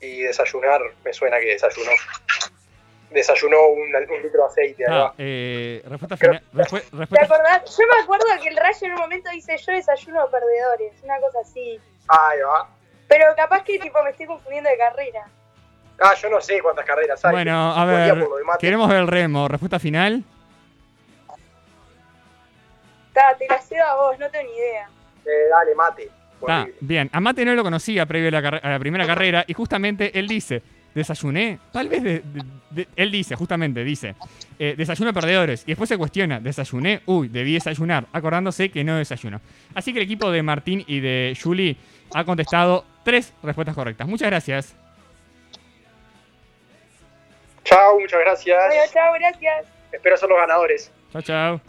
Y desayunar, me suena que desayunó. Desayunó un, un litro de aceite. ahí va.
Ah, eh, respuesta final. respu-
¿Te
respuesta-
acordás? Yo me acuerdo que el rayo en un momento dice yo desayuno a perdedores, una cosa así.
Ahí va.
Pero capaz que tipo me estoy confundiendo de carrera.
Ah, yo no sé cuántas carreras hay.
bueno, a
Podría
ver.
por lo de mate.
Queremos ver el remo. Respuesta final.
Ta, te la cedo a vos, no tengo ni idea.
Eh, dale, mate.
Está, bien. A Mate no lo conocía previo a la, carre- a la primera carrera y justamente él dice, desayuné, tal vez, de- de- de- él dice, justamente, dice, eh, desayuno a perdedores. Y después se cuestiona, desayuné, uy, debí desayunar, acordándose que no desayuno. Así que el equipo de Martín y de Julie ha contestado tres respuestas correctas. Muchas gracias.
Chao, muchas gracias.
Bueno, chao, gracias.
Espero ser los ganadores.
Chao, chao.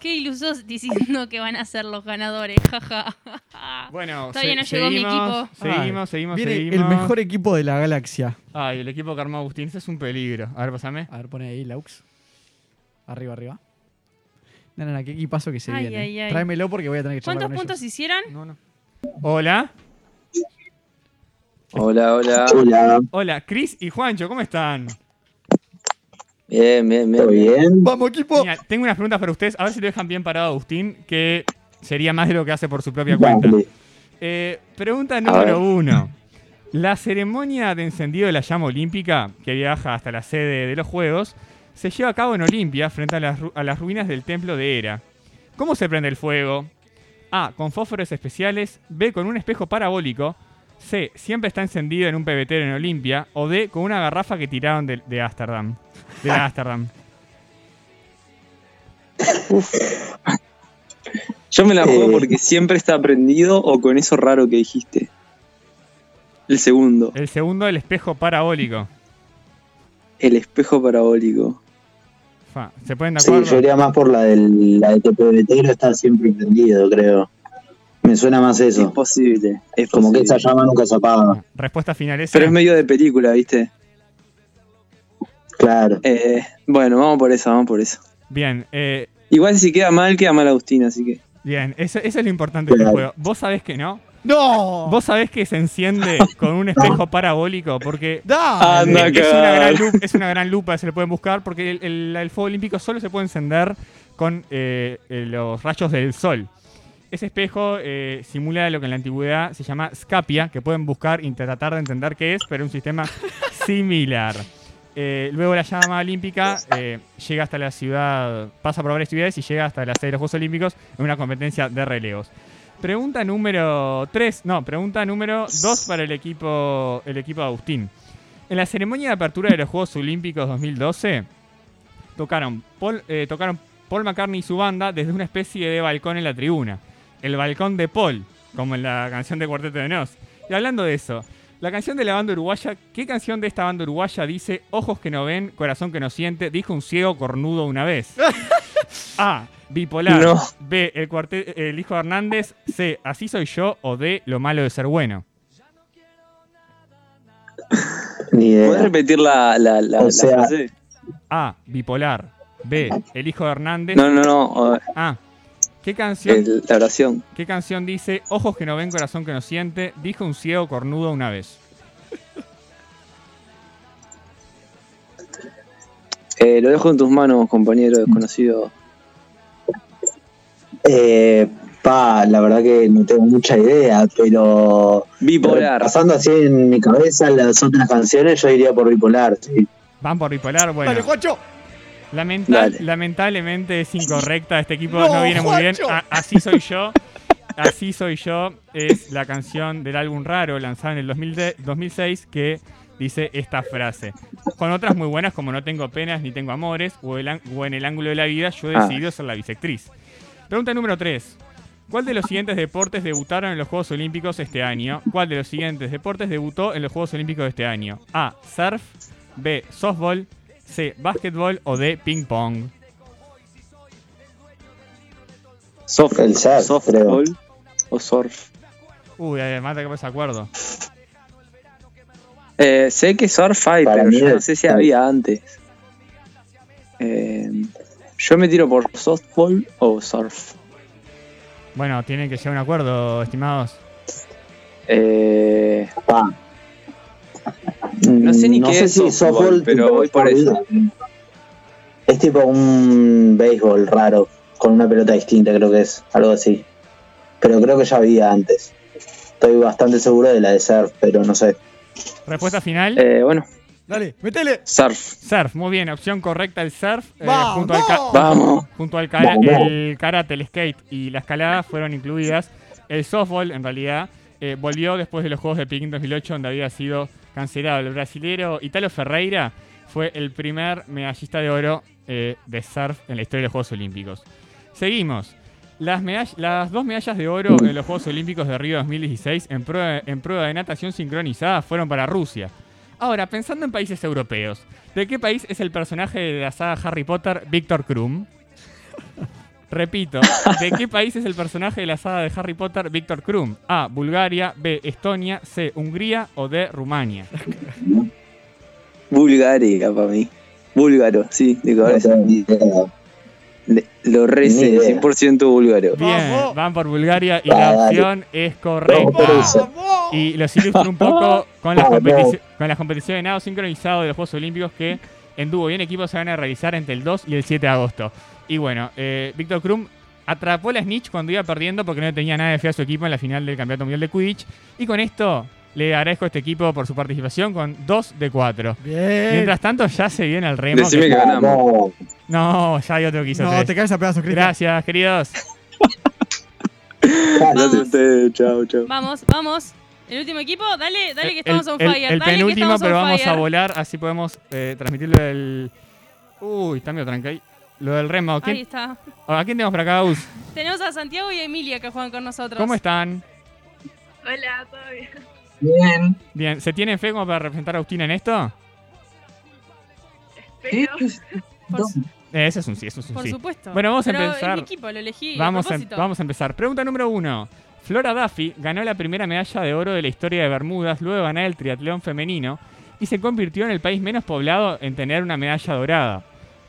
Qué ilusos diciendo que van a ser los ganadores, jaja.
Bueno,
Todavía no llegó mi
seguimos,
equipo.
Seguimos, seguimos,
Viene
seguimos.
el mejor equipo de la galaxia.
Ay, el equipo que armó Agustín, ese es un peligro. A ver, pasame.
A ver, pone ahí Laux. Arriba, arriba. No, no, no, qué equipazo que se
Ay,
viene. eh.
ay, ay.
Tráemelo porque voy a tener que charlar
¿Cuántos
con ellos.
puntos hicieron?
Hola.
Hola, hola. Hola.
Hola, Cris y Juancho, ¿cómo están?
Bien, bien, bien. bien?
Vamos, equipo. tengo unas preguntas para ustedes. A ver si lo dejan bien parado a Agustín, que sería más de lo que hace por su propia cuenta. Eh, pregunta número uno. La ceremonia de encendido de la llama olímpica, que viaja hasta la sede de los Juegos, se lleva a cabo en Olimpia, frente a las, ru- a las ruinas del templo de Hera. ¿Cómo se prende el fuego? A. Con fósforos especiales. B. Con un espejo parabólico. C. Siempre está encendido en un pebetero en Olimpia. O D. Con una garrafa que tiraron de, de Ámsterdam. De la Ámsterdam.
Yo me la
Eh.
juego porque siempre está prendido o con eso raro que dijiste. El segundo,
El segundo, el espejo parabólico.
el espejo parabólico.
Fa, ¿Se pueden de
Sí,
acuerdo?
yo iría más por la del la de que pebetero está siempre prendido, creo. Me suena más eso. Es
posible. Es
Como que
posible.
esa llama nunca se apaga.
Respuesta final esa.
Pero es medio de película, ¿viste?
Claro.
Eh, bueno, vamos por eso, vamos por eso.
Bien, eh,
Igual si queda mal, queda mal Agustín, así que.
bien. Eso, eso es lo importante del
Claro.
juego. Vos sabés que no.
¡No!
Vos sabés que se enciende con un espejo parabólico porque
Ah,
Da.
es,
Anda a
es una gran
cagar.
lupa, es una gran lupa, se le pueden buscar porque el, el- el fuego olímpico solo se puede encender con eh, eh, los rayos del sol. Ese espejo eh, simula lo que en la antigüedad se llama scapia, que pueden buscar y tratar de entender qué es, pero es un sistema similar. Eh, luego la llama olímpica eh, llega hasta la ciudad, pasa por varias ciudades y llega hasta la sede de los Juegos Olímpicos en una competencia de relevos. Pregunta número 3, no, pregunta número 2 para el equipo, el equipo de Agustín. En la ceremonia de apertura de los Juegos Olímpicos 2012, tocaron Paul, eh, tocaron Paul McCartney y su banda desde una especie de balcón en la tribuna. El balcón de Paul, como en la canción de Cuarteto de Nos. Y hablando de eso, la canción de la banda uruguaya, ¿qué canción de esta banda uruguaya dice Ojos que no ven, corazón que no siente? Dijo un ciego cornudo una vez. A. Bipolar.
No.
B. El, cuarte- el hijo de Hernández. C. Así soy yo. O D. Lo malo de ser bueno.
¿Puedes repetir la, la, la-
O
la
sea-
frase?
A. Bipolar. B. El hijo de Hernández.
No, no, no. eh,
Ah, ¿qué canción?
el- la oración.
¿Qué canción dice Ojos que no ven, corazón que no siente? Dijo un ciego cornudo una vez.
Eh, lo dejo en tus manos, compañero desconocido.
Eh, pa, la verdad que no tengo mucha idea, pero.
Bipolar.
Pasando así en mi cabeza las otras canciones, yo iría por bipolar, sí.
Van por bipolar, bueno.
Dale, Juancho.
Lamenta-
Dale.
Lamentablemente es incorrecta. Este equipo no,
No,
viene muy bien.
Juancho.
A- así soy yo. Así soy yo es la canción del álbum Raro lanzada en el 2000 de- 2006 que dice esta frase. Con otras muy buenas como No tengo penas ni tengo amores o, el an- o En el ángulo de la vida yo he
Ah.
decidido ser la bisectriz. Pregunta número 3. ¿Cuál de los siguientes deportes debutaron en los Juegos Olímpicos este año? ¿Cuál de los siguientes deportes debutó en los Juegos Olímpicos de este año? A. Surf. B. Softball. C. Básquetbol. O D. Ping pong.
Soft,
El surf,
softball o surf.
Uy, además te que me acuerdo.
Eh, sé que surf hay,
Para
pero
mí
yo no
es
sé si
surf.
había antes. Eh, yo me tiro por softball o surf.
Bueno, tienen que llegar a un acuerdo, estimados.
Eh, No sé ni
no
qué
sé
es
si
softball,
softball,
pero
tipo,
voy por eso.
Es tipo un béisbol raro, con una pelota distinta, creo que es, algo así. Pero creo que ya había antes. Estoy bastante seguro de la de surf, pero no sé.
Respuesta final.
Eh, bueno.
Dale, metele.
Surf.
Surf, muy bien, opción correcta el surf. eh,
¡Vamos!
junto al, ca-
Vamos.
junto al cara-
Vamos.
el karate, el skate y la escalada fueron incluidas. El softball, en realidad, eh, volvió después de los Juegos de Pekín 2008, donde había sido cancelado. El brasilero Italo Ferreira fue el primer medallista de oro eh, de surf en la historia de los Juegos Olímpicos. Seguimos. Las, medall- las dos medallas de oro en los Juegos Olímpicos de Río 2016 en prueba, en prueba de natación sincronizada fueron para Rusia. Ahora, pensando en países europeos, ¿de qué país es el personaje de la saga Harry Potter Víctor Krum? Repito, ¿de qué país es el personaje de la saga de Harry Potter Víctor Krum? A. Bulgaria, B. Estonia, C. Hungría o D. Rumania.
Bulgaria para mí. Búlgaro, sí, digo ahora sí. Le- Lo re
Ni
sé,
idea.
100% búlgaro.
Bien, van por Bulgaria y la
Vale.
opción es correcta.
Vamos,
Y los ilustro un poco con las, competici- con las competiciones de nado sincronizado de los Juegos Olímpicos que en dúo y en equipo se van a realizar entre el 2 y el 7 de agosto. Y bueno, eh, Víctor Krum atrapó la snitch cuando iba perdiendo porque no tenía nada de fe a su equipo en la final del Campeonato Mundial de Quidditch. Y con esto le agradezco a este equipo por su participación con 2 de 4.
Bien.
Mientras tanto ya se viene el remo.
Decime que ganamos.
No, ya hay otro que hizo
No,
tres.
te caes a pedazos, Cristian.
Gracias, queridos.
Gracias a ustedes, chao, chao.
Vamos, vamos. El último equipo, dale, dale que estamos
el,
on
el-
fire.
el
dale
penúltimo,
que estamos
pero
on
vamos a
fire.
volar, así podemos eh, transmitirlo del. Uy, está medio tranca ahí. Lo del remo.
Ahí
¿Quién,
está.
¿A quién tenemos para acá, Gus?
Tenemos a Santiago y a Emilia que juegan con nosotros.
¿Cómo están?
Hola, ¿todo bien?
Bien. Bien, ¿se tienen fe como para representar a Agustina en esto?
Por su-
Eh, ese es un sí, eso es un
Por
sí.
supuesto.
Bueno, vamos
Pero
a
es
empezar.
mi equipo, lo elegí a
Vamos a, em-
propósito.
vamos a empezar. Pregunta número uno. Flora Duffy ganó la primera medalla de oro de la historia de Bermudas luego de ganar el triatlón femenino y se convirtió en el país menos poblado en tener una medalla dorada.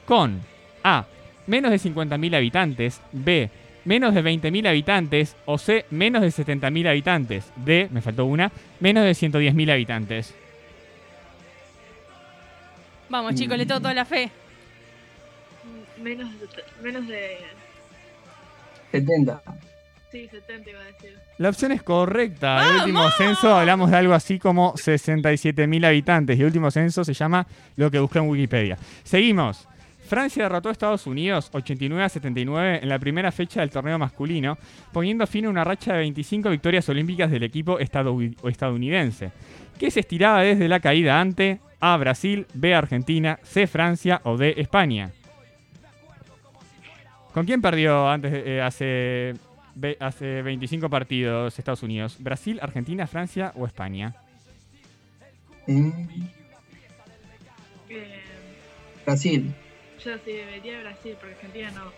Con A. Menos de 50.000 habitantes. B. Menos de 20.000 habitantes. O C. Menos de 70.000 habitantes. D. Me faltó una. Menos de 110.000 habitantes.
Vamos, chicos, le tengo toda la fe.
Mm, Menos, menos de.
70.
Sí, 70 iba a decir.
La opción es correcta. El último censo hablamos de algo así como 67.000 habitantes. Y el último censo se llama lo que busca en Wikipedia. Seguimos. Francia derrotó a Estados Unidos 89 a 79 en la primera fecha del torneo masculino, poniendo fin a una racha de 25 victorias olímpicas del equipo estadouni- estadounidense, que se estiraba desde la caída ante A Brasil, B Argentina, C Francia o D España. ¿Con quién perdió antes de- eh, hace, ve- hace 25 partidos Estados Unidos? ¿Brasil, Argentina, Francia o España?
Brasil.
Yo sí debería Brasil, porque Argentina no.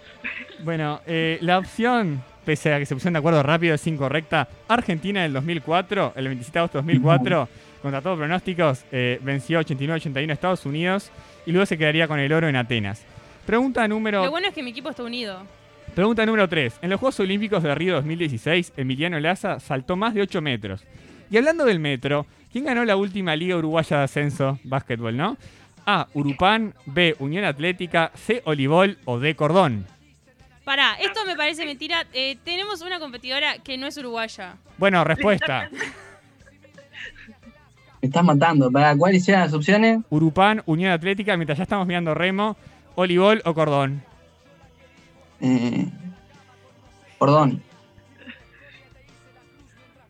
Bueno, eh, la opción, pese a que se pusieron de acuerdo rápido, es incorrecta. Argentina del 2004, el 27 de agosto de 2004, contra todos pronósticos, eh, venció 89-81 a Estados Unidos y luego se quedaría con el oro en Atenas. Pregunta número
Lo bueno es que mi equipo está unido.
Pregunta número 3. En los Juegos Olímpicos de Río 2016, Emiliano Laza saltó más de 8 metros. Y hablando del metro, ¿quién ganó la última Liga Uruguaya de Ascenso Básquetbol, no? A. Urupán, B. Unión Atlética, C. Olibol o D. Cordón.
Pará, esto me parece mentira. Eh, tenemos una competidora que no es uruguaya.
Bueno, respuesta.
Me estás matando. ¿Para cuáles eran las opciones?
Urupán, Unión Atlética, mientras ya estamos mirando remo, Olibol o Cordón.
Perdón.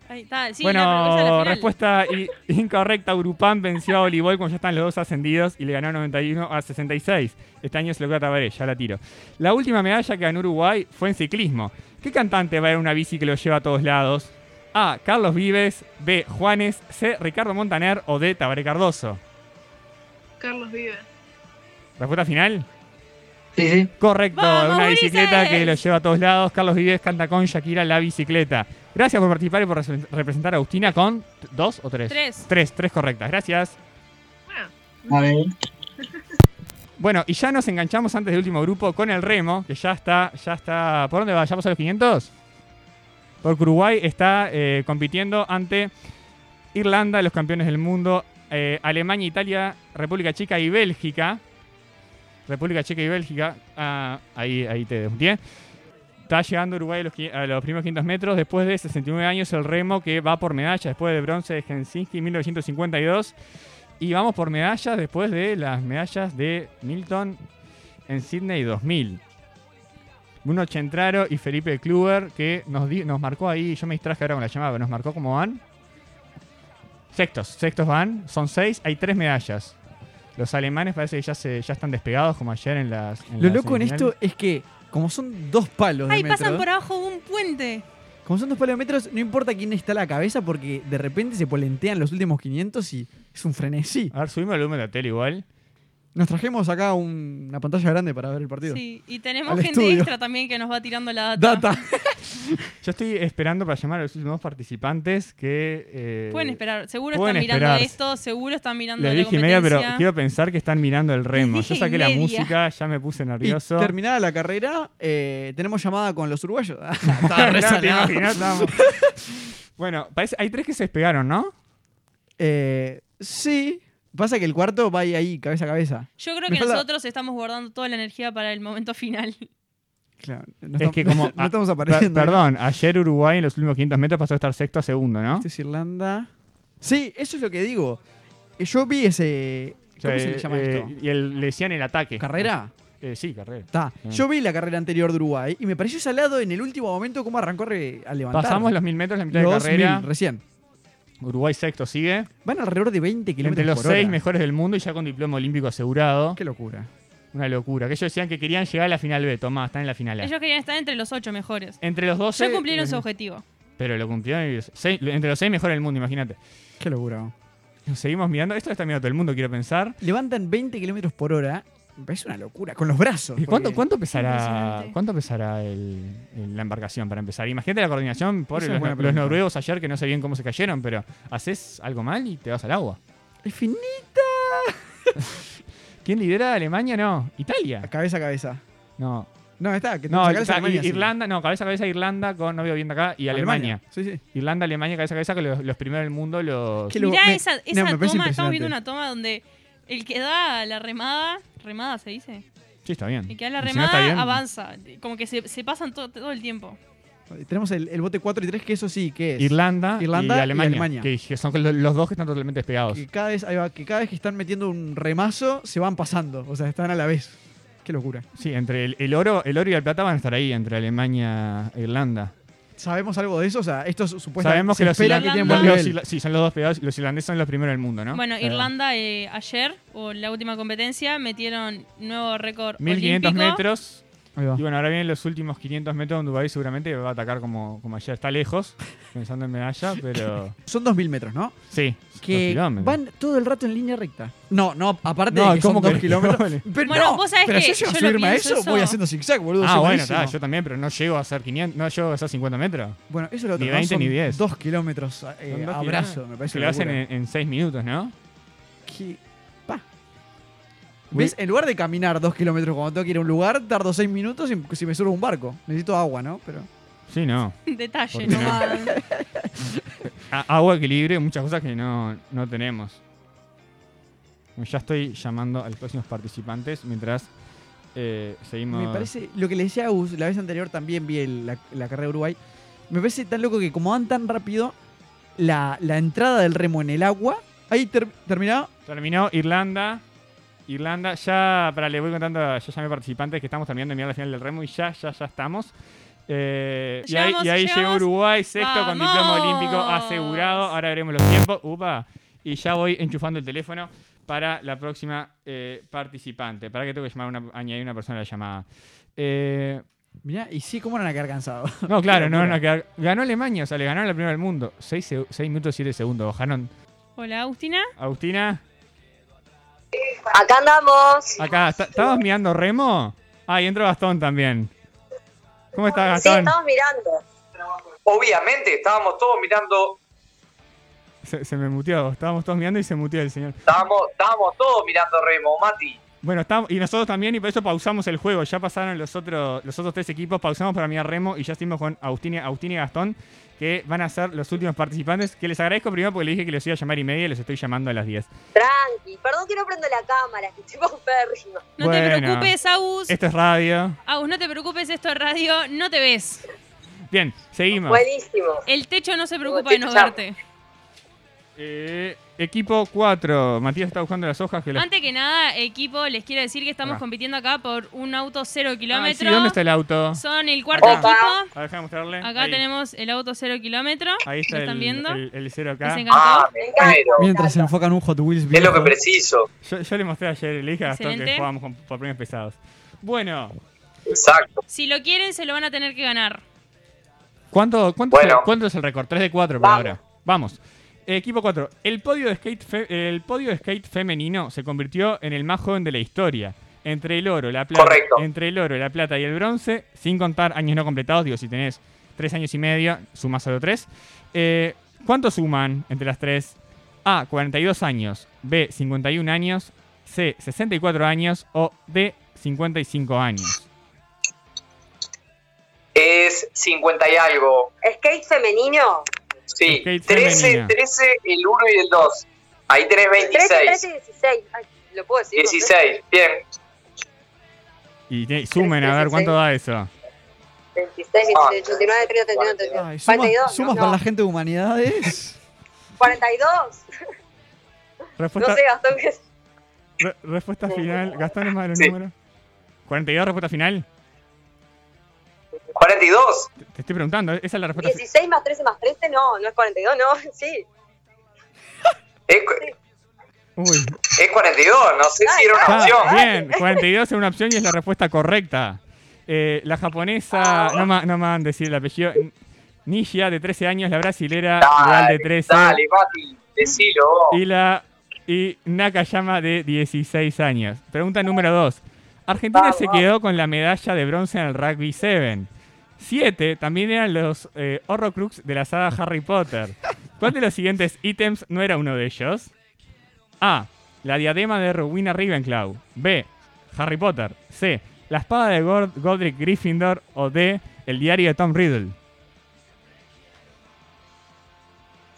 Ahí está, sí, la pregunta es la
bueno,
final.
respuesta i- incorrecta. Urupán venció a Olibol cuando ya están los dos ascendidos y le ganó 91 a 66. Este año se lo queda Tabaré, ya la tiro. La última medalla que ganó Uruguay fue en ciclismo. ¿Qué cantante va en una bici que lo lleva a todos lados? A. Carlos Vives, B. Juanes, C. Ricardo Montaner o D. Tabaré Cardoso.
Carlos vive.
¿Respuesta final?
Sí, sí.
Correcto,
¡Vamos,
una bicicleta
Ulises!
que lo lleva a todos lados. Carlos Vives canta con Shakira la bicicleta. Gracias por participar y por re- representar a Agustina con t- dos o tres.
Tres.
Tres, tres correctas. Gracias.
A ver.
Bueno, y ya nos enganchamos antes del último grupo con el remo, que ya está, ya está. ¿Por dónde vayamos a los 500? Porque Uruguay está eh, compitiendo ante Irlanda, los campeones del mundo, eh, Alemania, Italia, República Checa y Bélgica. República Checa y Bélgica. Ah, ahí, ahí te desmonté. Está llegando Uruguay a los, qui- a los primeros 500 metros después de 69 años el remo que va por medalla después del bronce de Helsinki en 1952. Y vamos por medallas después de las medallas de Milton en Sydney 2000. Bruno Chentraro y Felipe Kluber que nos, di- nos marcó ahí, yo me distraje ahora con la llamada, pero nos marcó cómo van. Sextos, sextos van, son seis, hay tres medallas. Los alemanes parece que ya, se, ya están despegados como ayer en las... en
Lo
la
loco en
semifinal.
esto es que, como son dos palos de
Ay,
metro,
pasan por abajo un puente.
como son dos palos de metros, no importa quién está a la cabeza porque de repente se polentean los últimos 500 y es un frenesí.
A ver, subimos el volumen de la tele igual.
Nos trajimos acá un- una pantalla grande para ver el partido.
Sí, y tenemos
Al
gente
estudio.
extra también que nos va tirando la data.
Data.
Yo estoy esperando para llamar a los últimos participantes que... eh,
Pueden esperar, seguro
pueden
están mirando
esperar.
esto, seguro están mirando
Les
la
dije y media, pero
competencia.
quiero pensar que están mirando el remo.
Les
Yo
dije y
saqué la
media.
música, ya me puse
Y
nervioso.
terminada la carrera, eh, tenemos llamada con los uruguayos.
No, te imaginas, estábamos- Bueno, parece, hay tres que se despegaron, ¿no?
Eh, sí. Pasa que el cuarto va ahí, ahí, cabeza a cabeza.
Yo creo
Me
que
falta-
nosotros estamos guardando toda la energía para el momento final.
Claro, no
Es
estamos-
que como.
no estamos
ah,
apareciendo.
per- Perdón, ayer Uruguay en los últimos 500 metros pasó a estar sexto a segundo, ¿no?
Este es Irlanda. Sí, eso es lo que digo. Eh, Yo vi ese. ¿Cómo
O sea,
se le llama
eh,
esto?
Y el- le decían el ataque.
¿Carrera?
Eh, sí, carrera.
Ta,
Mm.
Yo vi la carrera anterior de Uruguay y me pareció salado en el último momento cómo arrancó re- a levantar.
Pasamos los 1000 metros, la mitad
Los
de carrera.
1000, recién.
Uruguay sexto sigue.
Van alrededor de 20 kilómetros
Entre los
por
seis
hora.
mejores del mundo y ya con diploma olímpico asegurado.
Qué locura.
Una locura. Que ellos decían que querían llegar a la final B, Tomás, están en la final A.
Ellos querían estar entre los ocho mejores.
Entre los 12.
Ya cumplieron su objetivo.
Pero lo cumplieron y- seis- entre los seis mejores del mundo, imagínate.
Qué locura.
Seguimos mirando. Esto lo está mirando todo el mundo, quiero pensar.
Levantan 20 kilómetros por hora. Me parece una locura. Con los brazos.
¿Y cuánto,
porque-
cuánto pesará, cuánto pesará el- el- la embarcación para empezar? Imagínate la coordinación por
Esa es
los,
buena
los
pregunta.
noruegos ayer que no sé bien cómo se cayeron, pero haces algo mal y te vas al agua.
Es finita.
¿Quién lidera? ¿Alemania? No. ¿Italia?
Cabeza a cabeza.
No.
No, está. Que
No,
sacar esa
está-
Alemania, sí.
Irlanda, no, cabeza a cabeza Irlanda con, no veo bien de acá, y Alemania.
Sí, sí.
Irlanda, Alemania, cabeza a cabeza, que los, los primeros del mundo los...
Mirá esa, esa toma, estamos viendo una toma donde el que da la remada, remada se dice,
Sí, está bien.
el que da la
Y si no está
remada
bien,
avanza, como que se, se pasan to- todo el tiempo.
Tenemos el, el bote 4 y 3, que eso sí, que es.
Irlanda,
Irlanda
y Alemania,
Alemania.
Que, que son lo- los dos que están totalmente despegados.
Que cada vez, ahí va, que cada vez que están metiendo un remazo, se van pasando. O sea, están a la vez. Qué locura.
Sí, entre el, el oro el oro y el plata van a estar ahí, entre Alemania e Irlanda.
¿Sabemos algo de eso? O sea, estos supuestamente.
Sabemos que
Pues se
los
espera
irlandeses...
tienen buen nivel.
sí, son los dos pegados. Los irlandeses son los primeros del mundo, ¿no?
Bueno,
Eh,
Irlanda eh, ayer, o en la última competencia, metieron nuevo récord
1500
olímpico.
metros. Y bueno, ahora vienen los últimos 500 metros donde Dubái seguramente va a atacar como, como ayer. Está lejos, pensando en medalla, pero...
Son 2.000 metros, ¿no?
Sí, dos
Que
kilómetros.
van todo el rato en línea recta. No, no, aparte
No,
de que son
¿cómo
2
que-
kilómetros. Pero
Bueno,
no,
vos sabés
pero
que
yo llego a
yo lo
subirme a
pienso
eso,
eso.
voy haciendo zigzag, boludo.
Ah,
soy
bueno,
malísimo.
tá, yo también, pero no llego a hacer 500, no llego a hacer 50 metros.
Bueno, eso es lo otro.
Ni
¿no?
20
Son
ni 10.
Dos kilómetros eh,
Son dos
a brazo,
kilómetros.
me parece
Que
una
lo hacen
locura.
en 6 minutos, ¿no?
Que- pa. ¿Ves? En lugar de caminar dos kilómetros cuando tengo que ir a un lugar, tardo seis minutos y si me subo a un barco. Necesito agua, ¿no? Pero.
Sí, no.
Detalle,
¿Por qué no?
nomás.
A- agua, equilibrio, muchas cosas que no, no tenemos. Bueno, Ya estoy llamando a los próximos participantes mientras eh, seguimos.
Me parece, lo que le decía a Gus, la vez anterior también vi el- la, la carrera de Uruguay. Me parece tan loco que como van tan rápido, la, la entrada del remo en el agua, ahí ter- terminaba.
Terminó Irlanda. Irlanda, ya, para le voy contando, a- yo llamé participantes que estamos terminando de mirar la final del remo y ya, ya, ya estamos. Eh, y ahí,
Llegamos,
y ahí llegó
llegamos.
Uruguay, sexto con diploma
¡Vamos!
olímpico asegurado. Ahora veremos los tiempos. Upa. Y ya voy enchufando el teléfono para la próxima eh, participante. Para que tengo que llamar una, añadir una persona a la llamada. Eh,
Mirá, y sí, cómo no van a quedar cansados.
no, claro, no,
locura.
no, que- ganó Alemania, o sea, le ganaron la primera del mundo. 6 minutos 7 segundos, bajaron.
Hola, Agustina.
Agustina,
Acá andamos.
acá, ¿está- ¿estabas mirando remo? Ah, y entró Gastón también. ¿Cómo estás,
Sí,
Gastón?
estamos mirando.
Obviamente, estábamos todos mirando,
se, se me muteó, estábamos todos mirando y se muteó el señor.
estábamos, estábamos todos mirando remo, Mati.
Bueno, estábamos- y nosotros también, y por eso pausamos el juego. Ya pasaron los otros, los otros tres equipos, pausamos para mirar remo y ya estuvimos con Agustín, y- Agustín y Gastón, que van a ser los últimos participantes. Que les agradezco primero porque les dije que les iba a llamar y media y les estoy llamando a las 10.
Tranqui. Perdón que no prendo la cámara, que estoy conférrima.
No te
Bueno.
preocupes, Agus.
Esto es radio.
Agus, no te preocupes, esto es radio, no te ves.
Bien, seguimos.
Buenísimo.
El techo no se preocupa de no verte.
Eh, equipo 4. Matías está buscando las hojas que las...
Antes que nada, equipo, les quiero decir que estamos
Ah.
compitiendo acá por un auto cero
Ay, Ah, sí,
kilómetro.
¿Dónde está el auto?
Son el cuarto
Acá.
equipo.
A ver, déjame mostrarle.
Acá
Ahí.
tenemos el auto cero kilómetro.
Ahí está
¿Lo están
el,
viendo?
el- el cero acá.
¿Les encantó?
Ah.
Ah,
Mientras se enfocan un Hot Wheels
Es lo que
viejo.
preciso.
Yo, yo le mostré ayer, le dije a Gastón que
Excelente.
jugábamos con premios pesados. Bueno,
Exacto.
Si lo quieren, se lo van a tener que ganar.
¿cuánto, cuánto, es, el, cuánto es el récord? 3 de 4 por
Vamos.
ahora. Vamos. Eh, Equipo 4. El podio, de skate fe- el podio de skate femenino se convirtió en el más joven de la historia. Entre el oro, la plata, entre el oro, la plata y el bronce, sin contar años no completados, digo, si tenés tres años y medio, sumás solo tres. Eh, ¿Cuánto suman entre las tres? A, 42 años, B, 51 años, C, 64 años o D, 55 años.
Es 50 y algo.
Skate femenino.
Sí,
Skate
13,
femenina.
13, el 1 y el 2. Ahí tenés 26.
16. Ay, ¿Lo puedo decir?
16, bien.
Y te- sumen a ver cuánto da eso.
26, 17, 19, 30, 31, 32.
Ay, sumas
42.
sumas
no,
para
no.
la gente de humanidades.
42.
Respuesta,
No sé, Gastón, que es
re- respuesta final. Gastón es más de los números. 42, respuesta final.
42.
Te, te estoy preguntando, ¿eh? esa es la respuesta. fi-
16 más 13 más 13, no, no es 42, no, sí.
Uy.
Es 42, no sé si era una
Ah,
opción.
Bien, 42 es una opción y es la respuesta correcta. Eh, la japonesa, no me no me van a decir el apellido, Nisha de 13 años, la brasilera Dual de 13
Dale, Mati, decilo. vos.
y la y Nakayama de 16 años. Pregunta número 2. Argentina se quedó con la medalla de bronce en el Rugby 7. 7 también eran los eh, Horrocrux de la saga Harry Potter. ¿Cuál de los siguientes ítems no era uno de ellos? A. La diadema de Rowena Ravenclaw. B. Harry Potter. C. La espada de Gord- Godric Gryffindor. O D. El diario de Tom Riddle.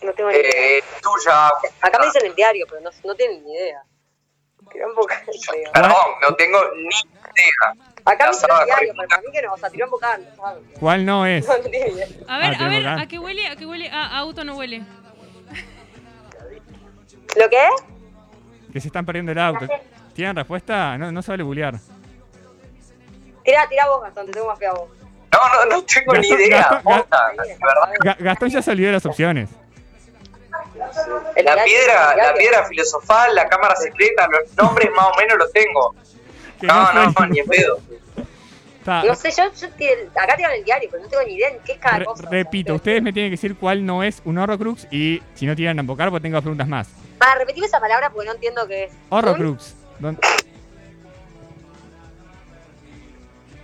No tengo ni idea.
Eh, tuya.
Acá me dicen el diario, pero no, no tienen ni idea. ah. Tiró un bocado.
Perdón, no tengo ni idea.
Acá
La
me dicen
saga
el
de Harry
diario, pero para mí que no, o sea, tiró un bocado. no sabe.
¿Cuál no es?
No, no tiene idea.
A ver,
Ah,
a ver,
tenemos acá.
¿a qué huele? ¿A qué huele? Ah, a auto no huele.
¿Lo qué es?
Que se están perdiendo el auto. ¿Tienen respuesta? No, no se vale bulear.
Tirá, tirá vos, Gastón, te tengo más fe a vos.
No, no, no tengo ni
Gastón-
idea.
Gastón- Gastón-
posta, de verdad.
Ga- Gastón ya se olvidó de las opciones.
La piedra, la piedra filosofal, la cámara secreta, los nombres más o menos los tengo.
Que
No,
no
no,
fue-
no, ni en pedo.
Ta,
No sé, yo, yo tiré- acá tiran el diario, pero no tengo ni idea en qué es cada
re-
cosa.
repito, ustedes me tienen que decir cuál no es un Horrocrux y si no tiran a embocar, pues tengo preguntas más.
Ah, repetime esa palabra porque no entiendo qué es.
Horrocrux. Don-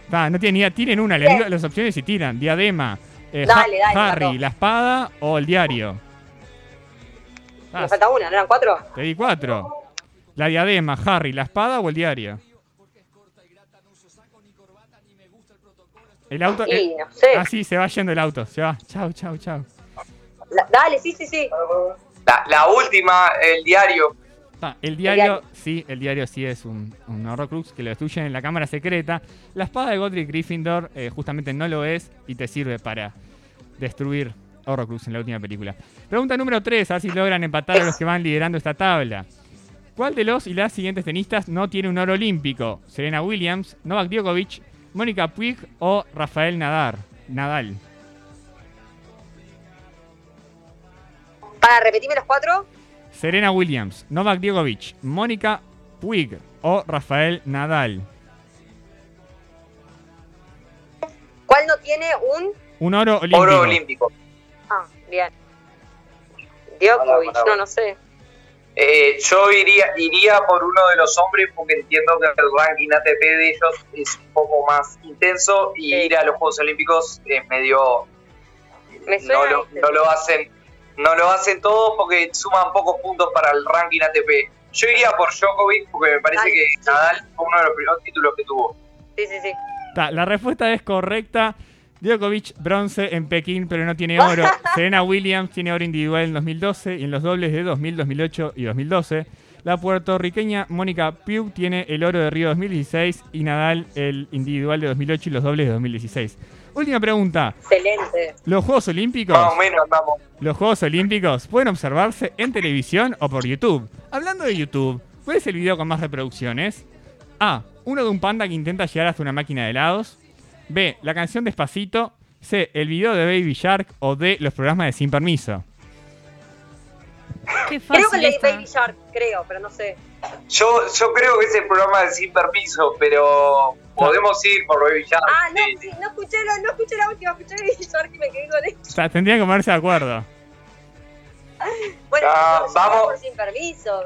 Ta, no tienen ni idea. Tiren una, les
Bien.
digo las opciones y tiran. Diadema, eh, Ha-
Dale, dale,
Harry,
Paco.
la espada o el diario.
Me falta una, ¿no eran cuatro?
Te di cuatro. La diadema, Harry, la espada o el diario. El auto.
Y,
eh,
no sé.
Ah, sí, se va yendo el auto. Se va. Chau, chau, chau.
La- dale, sí, sí, sí.
La, la última, el diario.
Ta, Ah, el diario, sí, el diario sí es un, un horrocrux que lo destruyen en la cámara secreta. La espada de Godric Gryffindor eh, justamente no lo es y te sirve para destruir Horrocrux en la última película. Pregunta número 3, a ver si logran empatar a los que van liderando esta tabla. ¿Cuál de los y las siguientes tenistas no tiene un oro olímpico? Serena Williams, Novak Djokovic, Mónica Puig o Rafael Nadar, Nadal.
Para, repetime los cuatro.
Serena Williams, Novak Djokovic, Mónica Puig o Rafael Nadal.
¿Cuál no tiene un?
Un oro olímpico.
Ah, bien. Djokovic, no, no sé.
Eh, yo iría, iría por uno de los hombres porque entiendo que el ranking ATP de ellos es un poco más intenso y ir a los Juegos Olímpicos es medio...
Me
No
suena
lo,
este.
no lo hacen no lo hacen todos porque suman pocos puntos para el ranking ATP. Yo iría por Djokovic porque me parece que Nadal fue uno de los primeros títulos que tuvo.
Sí, sí, sí.
Ta, la respuesta es correcta. Djokovic, bronce en Pekín, pero no tiene oro. Serena Williams tiene oro individual en 2012 y en los dobles de 2000, 2008 y 2012. La puertorriqueña Mónica Piu tiene el oro de Río 2016 y Nadal el individual de 2008 y los dobles de 2016. Última pregunta.
Excelente.
¿Los Juegos Olímpicos?
Más o menos andamos.
Los Juegos Olímpicos pueden observarse en televisión o por YouTube. Hablando de YouTube, ¿cuál es el video con más reproducciones? A. Uno de un panda que intenta llegar hasta una máquina de helados. B. La canción Despacito. C. El video de Baby Shark. O D. Los programas de Sin Permiso.
Qué fácil
Creo que leí
esta.
Baby Shark, creo, pero no sé.
Yo, yo creo que es el programa de Sin Permiso, pero podemos ir por Baby Shark.
Ah, no, sí, no escuché, la, no escuché la última, escuché Baby Shark y me quedé con
O
eso.
sea, tendrían que ponerse de acuerdo.
Bueno,
Ah,
yo- yo
vamos.
por sin permiso.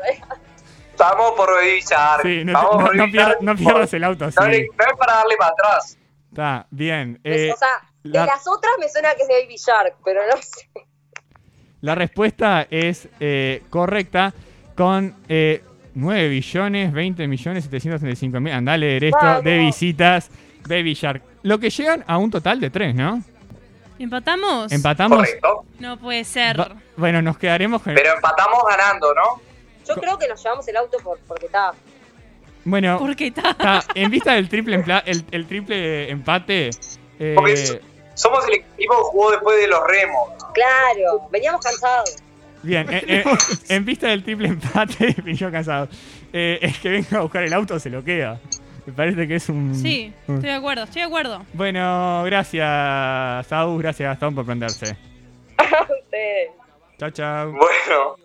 Vamos por Baby Shark.
Sí, no,
Vamos
no-
por
no
Baby
pierdas,
Shark.
no pierdas el auto.
No, le-
Sí.
no es para darle para atrás.
Está, bien.
Me-
Eh,
Pues, o sea,
la-
de las otras me suena que es de Baby Shark, pero no sé.
La respuesta es eh, correcta con eh, 9 billones, 20 millones, 735 mil. Andale, esto
Vamos.
de visitas, Baby Shark. Lo que llegan a un total de 3, ¿no?
¿Empatamos?
¿Empatamos?
Correcto. No puede ser.
Va- bueno, nos quedaremos con
Pero empatamos ganando, ¿no?
Yo creo que nos llevamos el auto por, porque está.
Bueno,
Porque está.
está, en vista del triple, empla- el, el triple empate, eh,
Porque es- Somos el equipo que jugó después de los remos.
Claro, veníamos cansados.
bien, eh, eh, en vista del triple empate, yo cansado. Eh, es que venga a buscar el auto, se lo queda. Me parece que es un.
Sí,
un-
estoy de acuerdo, estoy de acuerdo.
Bueno, gracias, Saúl, gracias, Gastón, por prenderse. Chao, chao.
Bueno,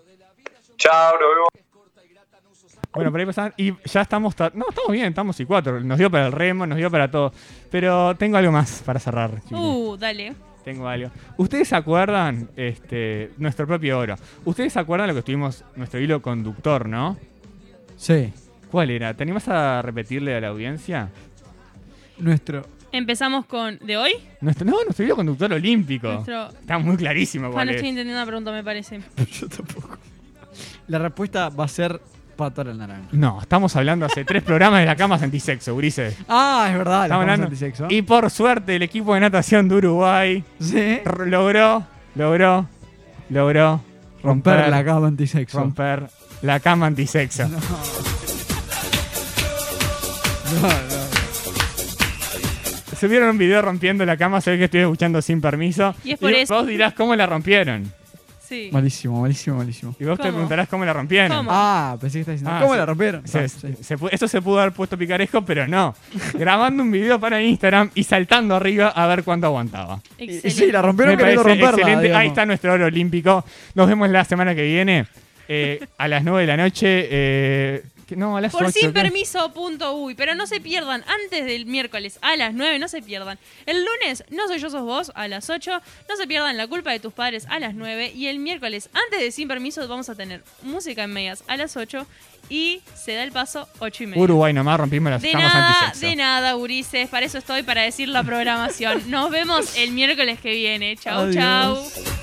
chao, nos vemos.
Bueno, por ahí pasaban. Y ya estamos. ta- No, estamos bien, estamos y cuatro. Nos dio para el remo, nos dio para todo. Pero tengo algo más para cerrar. chiquilines.
Uh, dale.
Tengo algo. ¿Ustedes se acuerdan este, nuestro propio oro? ¿Ustedes se acuerdan lo que estuvimos, nuestro hilo conductor, no?
Sí.
¿Cuál era? ¿Te animas a repetirle a la audiencia?
Nuestro.
Empezamos con. ¿De hoy?
Nuestro, no, nuestro hilo conductor olímpico.
Nuestro-
Está muy clarísimo
Ah,
cuál
no
es.
estoy entendiendo la pregunta, me parece.
La respuesta va a ser pato a la naranja.
No, estamos hablando hace tres programas de la cama antisexo, Ulises.
Ah, es verdad, la
Estamos
famosa
hablando-
antisexo.
Y por suerte el equipo de natación de Uruguay r- logró, logró, logró romper,
Romper la cama antisexo.
Romper la cama antisexo. Subieron un video rompiendo la cama, se ve que estoy escuchando sin permiso.
Y es por eso.
vos dirás cómo la rompieron.
Sí.
Malísimo, malísimo, malísimo.
Y vos te
¿Cómo?
preguntarás cómo la rompieron.
¿Cómo?
Ah, pensé que estabas diciendo.
Ah,
¿Cómo
se-
la rompieron?
se-
Ah, sí.
se pu- esto se pudo haber puesto picaresco, pero no. Grabando un video para Instagram y saltando arriba a ver cuánto aguantaba.
Y- y sí, la rompieron
Me
queriendo
parece
romperla.
excelente.
digamos.
Ahí está nuestro oro olímpico. Nos vemos la semana que viene eh, a las 9 de la noche. eh, que- no, a las
Por
8,
sin
creo.
permiso, punto uy. Pero no se pierdan, antes del miércoles a las 9, no se pierdan. El lunes, no soy yo, sos vos, a las 8. No se pierdan la culpa de tus padres a las 9. Y el miércoles, antes de sin permiso, vamos a tener música en medias a las 8. Y se da el paso 8 y media.
Uruguay nomás rompimos las
De
camas
nada,
antisexo.
de nada, Ulises. Para eso estoy, para decir la programación. Nos vemos el miércoles que viene. Chau,
Adiós.
chau.